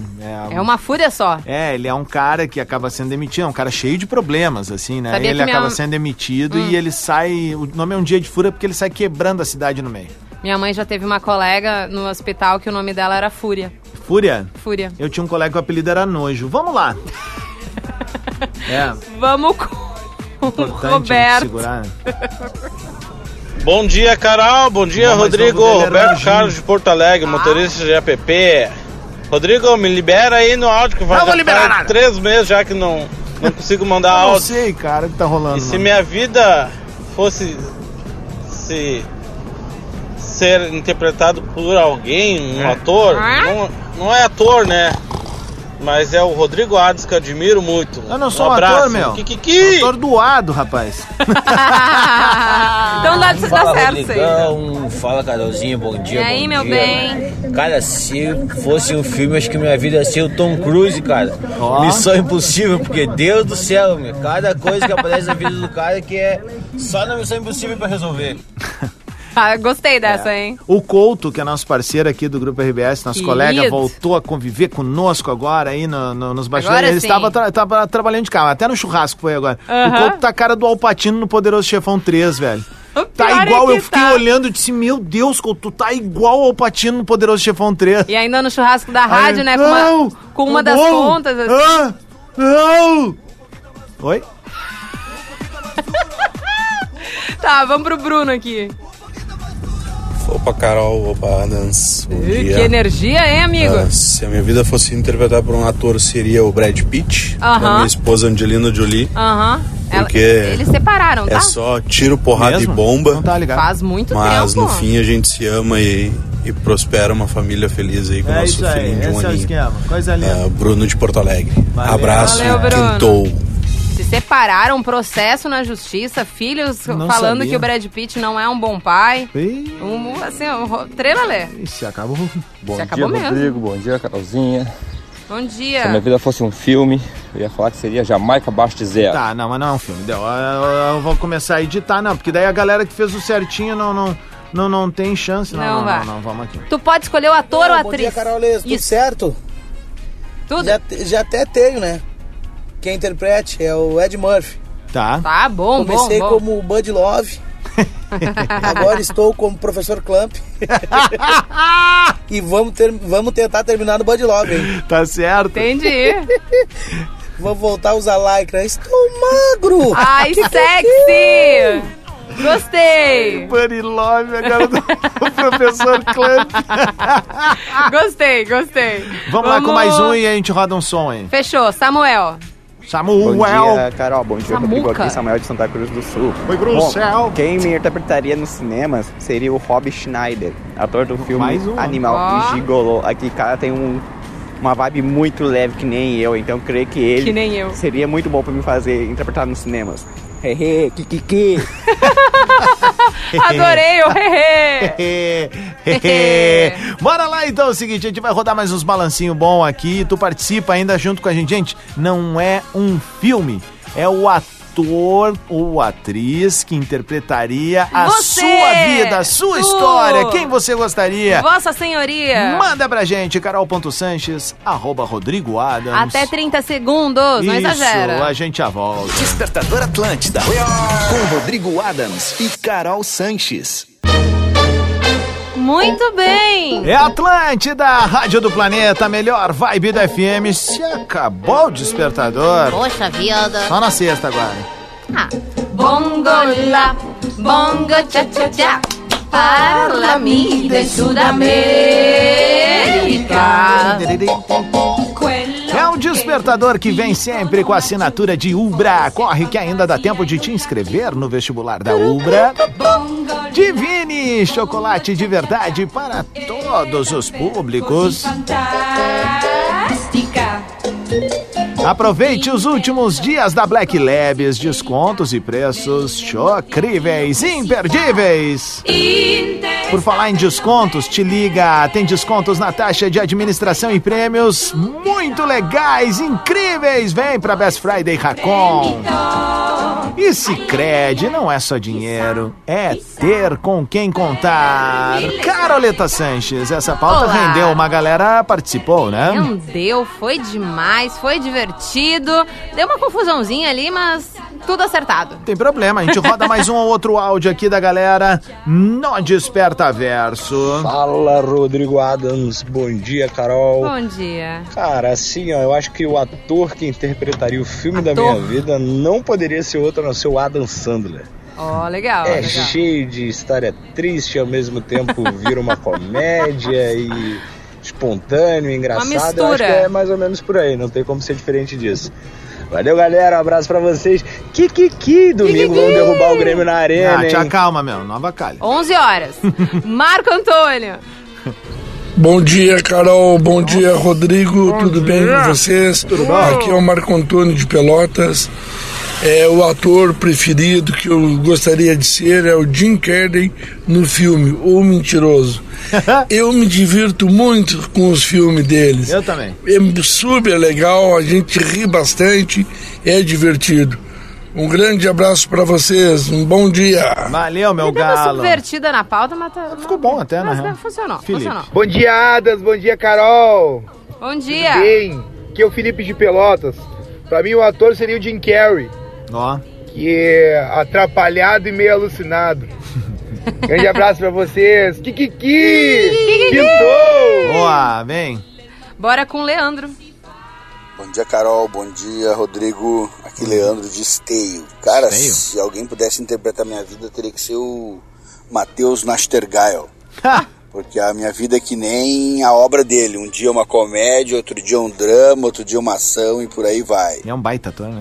Speaker 3: É uma fúria só.
Speaker 1: É, ele é um cara que acaba sendo demitido, é um cara cheio de problemas, assim, né?
Speaker 3: Sabia
Speaker 1: ele
Speaker 3: que minha-
Speaker 1: acaba sendo demitido
Speaker 3: Hum.
Speaker 1: e ele sai. O nome é um dia de fúria porque ele sai quebrando a cidade no meio.
Speaker 3: Minha mãe já teve uma colega no hospital que o nome dela era Fúria.
Speaker 1: Fúria?
Speaker 3: Fúria.
Speaker 1: Eu tinha um colega que o apelido era Nojo. Vamos
Speaker 3: (laughs)
Speaker 1: lá. é,
Speaker 3: Vamos com o
Speaker 1: importante
Speaker 3: Roberto.
Speaker 1: segurar. né?
Speaker 13: Bom dia, Carol. Bom dia,
Speaker 1: Bom, mas o
Speaker 13: Rodrigo.
Speaker 1: nome dele era
Speaker 13: Roberto
Speaker 1: Anjinho.
Speaker 13: Carlos de Porto
Speaker 1: Ah.
Speaker 13: Alegre, motorista de app. Rodrigo, me libera aí no áudio que faz
Speaker 1: vou
Speaker 13: já
Speaker 1: liberar
Speaker 13: faz
Speaker 1: nada.
Speaker 13: três meses já que não, não consigo
Speaker 1: Eu
Speaker 13: mandar
Speaker 1: não
Speaker 13: áudio.
Speaker 1: sei, cara, o que tá rolando.
Speaker 13: E se
Speaker 1: mano.
Speaker 13: minha vida fosse se ser interpretado por alguém,
Speaker 1: É.
Speaker 13: um ator, não, não é ator, né? Mas é o Rodrigo Ades que eu admiro muito.
Speaker 1: Eu não sou um
Speaker 13: abraço.
Speaker 1: ator, meu.
Speaker 13: Que- que-
Speaker 1: que? Ator doado, rapaz.
Speaker 3: (laughs) então dá, dá
Speaker 11: Fala,
Speaker 3: certo isso aí.
Speaker 11: Rodrigão. Fala, Carolzinha. Bom dia,
Speaker 3: E aí,
Speaker 11: bom
Speaker 3: meu
Speaker 11: dia. né?
Speaker 3: bem?
Speaker 11: Cara, se fosse um filme, acho que minha vida ia ser o Tom Cruise, cara.
Speaker 21: Ó.
Speaker 11: Missão impossível, porque Deus do céu, meu. Cada coisa que aparece na vida do cara que é só na Missão Impossível pra resolver.
Speaker 3: Ah,
Speaker 11: É.
Speaker 3: gostei dessa, hein?
Speaker 1: O Couto, que é nosso parceiro aqui do Grupo RBS, nosso
Speaker 3: Querido.
Speaker 1: colega, voltou a conviver conosco agora aí no- no- nos bastidores.
Speaker 3: Agora
Speaker 1: Ele
Speaker 3: sim.
Speaker 1: estava tra- tava trabalhando de carro, até no churrasco foi agora.
Speaker 3: Aham.
Speaker 1: O Couto tá a cara do Alpatino no Poderoso Chefão 3, velho. Tá
Speaker 3: pior é
Speaker 1: igual,
Speaker 3: que
Speaker 1: eu fiquei
Speaker 3: tá.
Speaker 1: olhando e disse, meu Deus, Couto, tu tá igual ao Patino no Poderoso Chefão 3.
Speaker 3: E ainda no churrasco
Speaker 11: Ah,
Speaker 3: da
Speaker 1: Ai,
Speaker 3: rádio, né? Com
Speaker 1: não,
Speaker 11: então,
Speaker 3: uma,
Speaker 11: tá
Speaker 3: com uma
Speaker 1: o
Speaker 3: das
Speaker 1: bolo,
Speaker 3: pontas. assim.
Speaker 1: ah, não. Oi?
Speaker 11: Ah.
Speaker 3: Tá, vamos pro Bruno aqui.
Speaker 12: Opa, Carol, opa, Adams. Bom
Speaker 3: Ih,
Speaker 12: dia.
Speaker 3: Que energia, hein, amigo?
Speaker 12: Ah, se a minha vida fosse interpretada por um ator, seria o Brad Pitt,
Speaker 3: Aham.
Speaker 12: da minha esposa Angelina Jolie.
Speaker 3: Aham. Ela-
Speaker 12: Porque
Speaker 3: Eles separaram, tá?
Speaker 12: é só tiro, porrada e bomba. Não
Speaker 1: tá ligado.
Speaker 3: Faz muito
Speaker 12: Mas
Speaker 3: tempo.
Speaker 12: no fim a gente se ama e, e prospera uma família feliz aí com o
Speaker 1: É
Speaker 12: nosso
Speaker 1: isso aí,
Speaker 12: filhinho de um
Speaker 1: esse é o
Speaker 12: aninho.
Speaker 1: esquema. Coisa linda.
Speaker 12: Ah, Bruno de Porto Alegre.
Speaker 1: Valeu.
Speaker 12: Abraço,
Speaker 3: Valeu, Bruno.
Speaker 12: quintou.
Speaker 3: Se separaram, um processo na justiça, filhos
Speaker 1: Não
Speaker 3: falando
Speaker 1: sabia.
Speaker 3: que o Brad Pitt não é um bom pai.
Speaker 1: Ih.
Speaker 3: Um, assim, um, ro- trelalê.
Speaker 1: Ixi, acabou.
Speaker 22: Bom
Speaker 3: Se acabou
Speaker 22: dia,
Speaker 3: mesmo. Ah.
Speaker 22: Rodrigo. Bom dia, Carolzinha.
Speaker 3: Bom
Speaker 22: Se a
Speaker 19: é
Speaker 22: minha
Speaker 3: dia.
Speaker 22: vida fosse um filme, eu ia falar que seria Jamaica abaixo de zero.
Speaker 1: Tá, não, mas não é um filme. Deu. Eu, eu- eu vou começar a editar, não, porque daí a galera que fez o certinho não, não, não, não tem chance. Não,
Speaker 3: Não
Speaker 1: não, não,
Speaker 3: vai.
Speaker 1: não, vamos aqui.
Speaker 3: Tu pode escolher o ator ou a
Speaker 23: Bom dia,
Speaker 3: atriz.
Speaker 23: Carolês. Tudo certo?
Speaker 3: Tudo?
Speaker 23: Já, te- já até tenho, né? Quem interprete é o Ed Murphy.
Speaker 1: Tá.
Speaker 3: Tá bom, bom,
Speaker 23: Comecei
Speaker 3: bom.
Speaker 23: como o Bud
Speaker 3: (laughs)
Speaker 23: Love. Agora estou como professor Clamp. e vamos, ter, vamos tentar terminar no Bud Love, hein?
Speaker 1: Tá certo.
Speaker 3: Entendi.
Speaker 23: (laughs) Vou voltar a usar lycra. Estou magro! é
Speaker 3: Ai, sexy! Gostei!
Speaker 1: Buddy Love, agora do
Speaker 3: (laughs)
Speaker 1: professor Clamp.
Speaker 3: gostei, gostei.
Speaker 1: Ah. Vamos lá com mais um e a gente roda um som aí.
Speaker 3: Fechou, Samuel.
Speaker 1: Samuel.
Speaker 19: Bom dia, Tá, Carol. Bom dia, Rodrigo.
Speaker 3: Samuca.
Speaker 19: Aqui, Samuel de Santa Cruz do Sul.
Speaker 1: Oi, Cruz,
Speaker 19: Bom,
Speaker 1: céu.
Speaker 19: Quem me interpretaria nos cinemas seria o Rob Schneider, ator do filme
Speaker 1: Mais um.
Speaker 19: Animal
Speaker 3: Ó.
Speaker 19: Gigolo. Aqui, cara, tem um- uma vibe muito leve que nem eu, então creio que ele
Speaker 3: Que nem
Speaker 1: (laughs)
Speaker 3: eu.
Speaker 19: seria muito bom pra me fazer interpretar nos cinemas. Hehe, kikiki.
Speaker 3: Adorei, o hehe. (laughs)
Speaker 1: Bora lá então, é o seguinte, a gente vai rodar mais uns balancinho bom aqui, tu participa ainda junto com a gente. Gente, não é um filme, é o ator ou atriz que interpretaria a
Speaker 3: Você!
Speaker 1: sua vida, a sua
Speaker 3: Tu!
Speaker 1: história, quem você gostaria.
Speaker 3: Vossa Senhoria.
Speaker 1: Manda pra gente, carol.sanches, arroba Rodrigo Adams.
Speaker 3: Até 30 segundos, não
Speaker 1: Isso,
Speaker 3: exagera.
Speaker 1: a gente já volta.
Speaker 4: Despertador Atlântida. Com Rodrigo Adams e Carol Sanches.
Speaker 3: Muito bem.
Speaker 1: É Atlântida, a Rádio do Planeta, a melhor vibe da FM. Se acabou o despertador.
Speaker 3: Poxa vida.
Speaker 1: Só na sexta agora.
Speaker 3: Ah. Bongo lá, bongo cha cha cha. Parlami de Sudamérica.
Speaker 1: É o despertador que vem sempre com a assinatura de Ubra. Corre que ainda dá tempo de te inscrever no vestibular da Ubra. Divine chocolate de verdade para todos os públicos.
Speaker 24: Fantástica.
Speaker 1: Aproveite os últimos dias da Black Labs, descontos e preços chocríveis, imperdíveis. Por falar em descontos, te liga, tem descontos na taxa de administração e prêmios muito legais, incríveis. Vem pra Best Friday Racon. E se crede, não é só dinheiro, é ter com quem contar. Caroleta Sanches, essa pauta
Speaker 3: Olá.
Speaker 1: rendeu, uma galera participou, né?
Speaker 3: Não deu, foi demais, foi divertido. Deu uma confusãozinha ali, mas tudo acertado.
Speaker 1: Tem problema, a gente roda mais um ou outro áudio aqui da galera no Desperta Verso.
Speaker 11: Fala, Rodrigo Adams. Bom dia, Carol.
Speaker 3: Bom dia.
Speaker 11: Cara, assim, ó, eu acho que o ator que interpretaria o filme da
Speaker 3: Ator.
Speaker 11: minha vida não poderia ser outro a não ser o Adam Sandler.
Speaker 3: Ó, legal.
Speaker 11: é
Speaker 3: legal.
Speaker 11: cheio de história triste, ao mesmo tempo vira uma comédia e espontâneo, engraçado.
Speaker 3: Uma
Speaker 11: Eu acho que
Speaker 3: mistura.
Speaker 11: é mais ou menos por aí, não tem como ser diferente disso. Valeu, galera. Um abraço pra vocês. Kikiki, domingo vamos derrubar o Grêmio na arena.
Speaker 1: Ah, te
Speaker 11: hein?
Speaker 1: acalma, meu, não avacalha.
Speaker 3: 11
Speaker 11: (laughs)
Speaker 3: horas. Marco Antônio.
Speaker 13: Bom dia, Carol. Bom dia, Rodrigo. Tudo bem
Speaker 3: dia.
Speaker 13: com vocês?
Speaker 3: Tudo bom?
Speaker 13: Aqui é o Marco Antônio de Pelotas. É o ator preferido que eu gostaria de ser é o Jim Carrey no filme O Mentiroso. Eu me divirto muito com os filmes deles.
Speaker 1: (laughs) Eu também.
Speaker 13: É super legal, a gente ri bastante, é divertido. Um grande abraço para vocês. Um bom dia.
Speaker 1: Valeu, meu
Speaker 3: Tava subvertida na pauta, mas tá-
Speaker 1: Ficou bom até,
Speaker 3: mas
Speaker 13: na real.
Speaker 3: funcionou,
Speaker 13: Felipe.
Speaker 3: funcionou.
Speaker 11: Bom dia, Adas. Bom dia, Carol.
Speaker 3: Bom dia.
Speaker 11: Tudo bem? Aqui é o Felipe de Pelotas. Pra mim, o ator seria o Jim Carrey,
Speaker 1: Ó.
Speaker 11: que é atrapalhado e meio alucinado.
Speaker 25: Grande abraço pra vocês. Kikiki!
Speaker 3: Kikiki!
Speaker 25: Pintou!
Speaker 1: Boa, vem.
Speaker 3: Bora com o Leandro.
Speaker 26: Bom dia, Carol. Bom dia, Rodrigo. Aqui, Leandro de Esteio. Cara,
Speaker 1: Esteio?
Speaker 26: se alguém pudesse interpretar minha vida, teria que ser o Matheus
Speaker 1: (laughs)
Speaker 26: Nastergail. Porque a minha vida é que nem a obra dele. Um dia é uma comédia, outro dia é um drama, outro dia é uma ação e por aí vai.
Speaker 1: É um baita ator, né?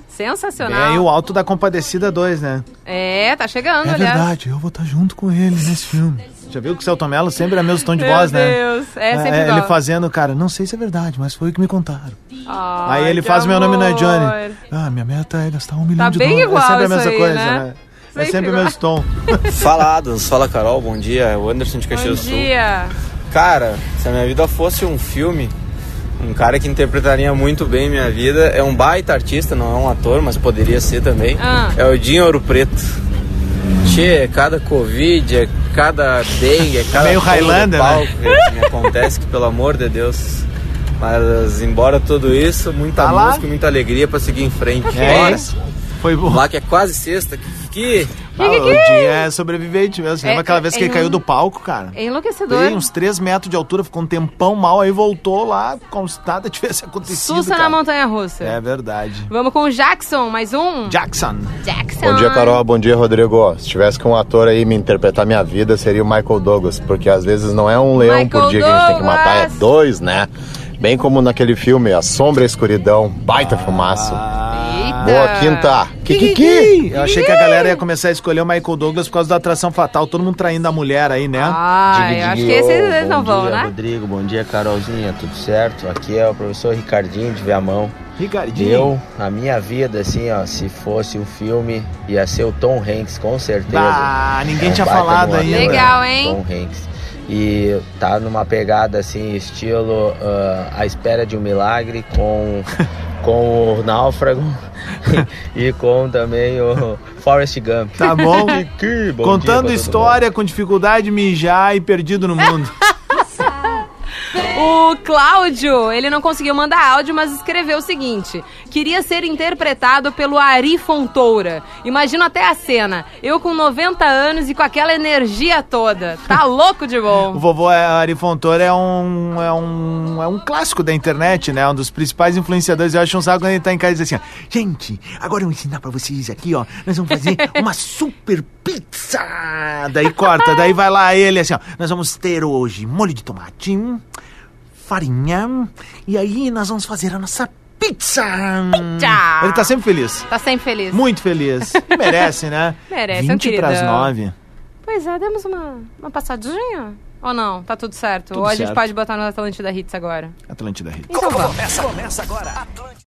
Speaker 1: É,
Speaker 3: sensacional.
Speaker 1: e o Alto da Compadecida 2, né?
Speaker 3: É, tá chegando,
Speaker 1: é
Speaker 3: aliás.
Speaker 1: verdade, eu vou estar junto com ele nesse filme. Já viu que o Celton Mello sempre é mesmo tom de
Speaker 3: Meu
Speaker 1: voz, né?
Speaker 3: Deus, é sempre
Speaker 1: Ele
Speaker 3: igual.
Speaker 1: fazendo, cara, não sei se é verdade, mas foi o que me contaram.
Speaker 3: Ai,
Speaker 1: Aí ele
Speaker 3: que
Speaker 1: faz meu nome na
Speaker 3: amor. Tá
Speaker 1: Johnny. Ah, minha meta é gastar um milhão de
Speaker 3: bem
Speaker 1: dólares.
Speaker 3: igual
Speaker 1: é sempre a
Speaker 3: isso
Speaker 1: mesma
Speaker 3: aí,
Speaker 1: coisa,
Speaker 3: né?
Speaker 1: né? É
Speaker 3: Sempre
Speaker 1: sempre o
Speaker 3: igual.
Speaker 1: mesmo
Speaker 3: (laughs)
Speaker 1: tom.
Speaker 13: Fala, Adams. Fala, Carol. Bom dia. É o Anderson de
Speaker 3: Bom
Speaker 13: Caxias do Sul.
Speaker 3: dia.
Speaker 13: Cara, se a minha vida fosse um filme, um cara que interpretaria muito bem minha vida, é um baita artista, não é um ator, mas poderia ser também,
Speaker 3: Ah.
Speaker 13: é o Dinho Ouro Preto. Tchê, é cada Covid, é cada dengue, é cada
Speaker 1: Meio
Speaker 13: pulo de
Speaker 1: Highlander, né?
Speaker 13: palco que me acontece, que pelo amor de Deus... Mas, embora tudo isso, muita
Speaker 1: Tá lá?
Speaker 13: música, e muita alegria pra seguir em frente.
Speaker 1: É,
Speaker 13: Bora.
Speaker 1: hein? Foi bom.
Speaker 13: Lá que é quase sexta. Que...
Speaker 1: Ah, o dia é sobrevivente mesmo. Lembra
Speaker 3: É,
Speaker 1: aquela vez que
Speaker 3: é
Speaker 1: ele caiu
Speaker 3: um-
Speaker 1: do palco, cara?
Speaker 3: É enlouquecedor.
Speaker 1: Tem uns 3 metros de altura, ficou um tempão mal, aí voltou lá como se nada (laughs) tivesse acontecido.
Speaker 3: Sussa
Speaker 1: cara.
Speaker 3: na montanha russa.
Speaker 1: É verdade.
Speaker 3: Vamos com o Jackson, mais um.
Speaker 1: Jackson.
Speaker 3: Jackson.
Speaker 27: Bom dia, Carol. Bom dia, Rodrigo. Se tivesse que um ator aí me interpretar minha vida, seria o Michael Douglas, porque às vezes não é um leão por
Speaker 3: Michael
Speaker 27: dia que a gente tem que matar, é
Speaker 3: Douglas!
Speaker 27: dois, né? Bem como naquele filme, A Sombra e a Escuridão, baita fumaço.
Speaker 3: Ah.
Speaker 27: Boa quinta.
Speaker 3: é
Speaker 27: Kikiki!
Speaker 1: Ah, Eu achei que a galera ia começar a escolher o Michael Douglas por causa da atração fatal, todo mundo traindo a mulher aí, né?
Speaker 3: Ah, eu acho que esses eles não vão,
Speaker 13: dia,
Speaker 3: né?
Speaker 13: Rodrigo. Bom dia, Carolzinha. Tudo certo? Aqui é o professor Ricardinho de Viamão.
Speaker 1: Ricardinho.
Speaker 13: Eu, a minha vida, assim, ó, se fosse um filme, ia ser o Tom Hanks, com certeza.
Speaker 1: Ah, ninguém
Speaker 13: um
Speaker 1: tinha
Speaker 13: baita
Speaker 1: falado
Speaker 13: de um
Speaker 1: ainda.
Speaker 13: ator,
Speaker 3: Legal,
Speaker 13: né?
Speaker 3: hein?
Speaker 13: Tom Hanks. E tá numa pegada, assim, estilo ah, A Espera de um Milagre
Speaker 1: (laughs)
Speaker 13: com, com o Náufrago e com também o Forrest Gump.
Speaker 1: Tá bom.
Speaker 13: (laughs) Que bom dia
Speaker 1: Contando
Speaker 13: pra todo
Speaker 1: história com dificuldade de mijar e perdido no
Speaker 13: (laughs)
Speaker 1: mundo.
Speaker 3: O Cláudio, ele não conseguiu mandar áudio, mas escreveu o seguinte: queria ser interpretado pelo Ari Fontoura. Imagino até a cena. Eu com 90 anos e com aquela energia toda. (laughs) Tá louco de
Speaker 1: O
Speaker 3: bom.
Speaker 1: vovô Ari Fontoura é um, é, um, é um clássico da internet, né? Um dos principais influenciadores. Eu acho um saco quando ele tá em casa e diz assim, ó, gente, agora eu vou ensinar pra vocês aqui, ó. Nós vamos fazer uma super pizza. Daí corta, daí vai lá ele assim, ó. Nós vamos ter hoje molho de tomate, farinha, e aí nós vamos fazer a nossa pizza.
Speaker 3: Tchau.
Speaker 1: Ele tá sempre feliz.
Speaker 3: Tá sempre feliz.
Speaker 1: Muito
Speaker 3: (laughs)
Speaker 1: feliz. E merece, né?
Speaker 3: Merece, é um
Speaker 1: 20 pras
Speaker 3: queridão.
Speaker 1: 9.
Speaker 3: Pois é, demos uma, uma passadinha? Ou não? Tá tudo certo.
Speaker 1: Tudo
Speaker 3: Ou a gente
Speaker 1: certo.
Speaker 3: pode botar no Atlântida Hits agora.
Speaker 1: Atlântida Hits.
Speaker 3: Então vamos.
Speaker 4: Começa, começa agora.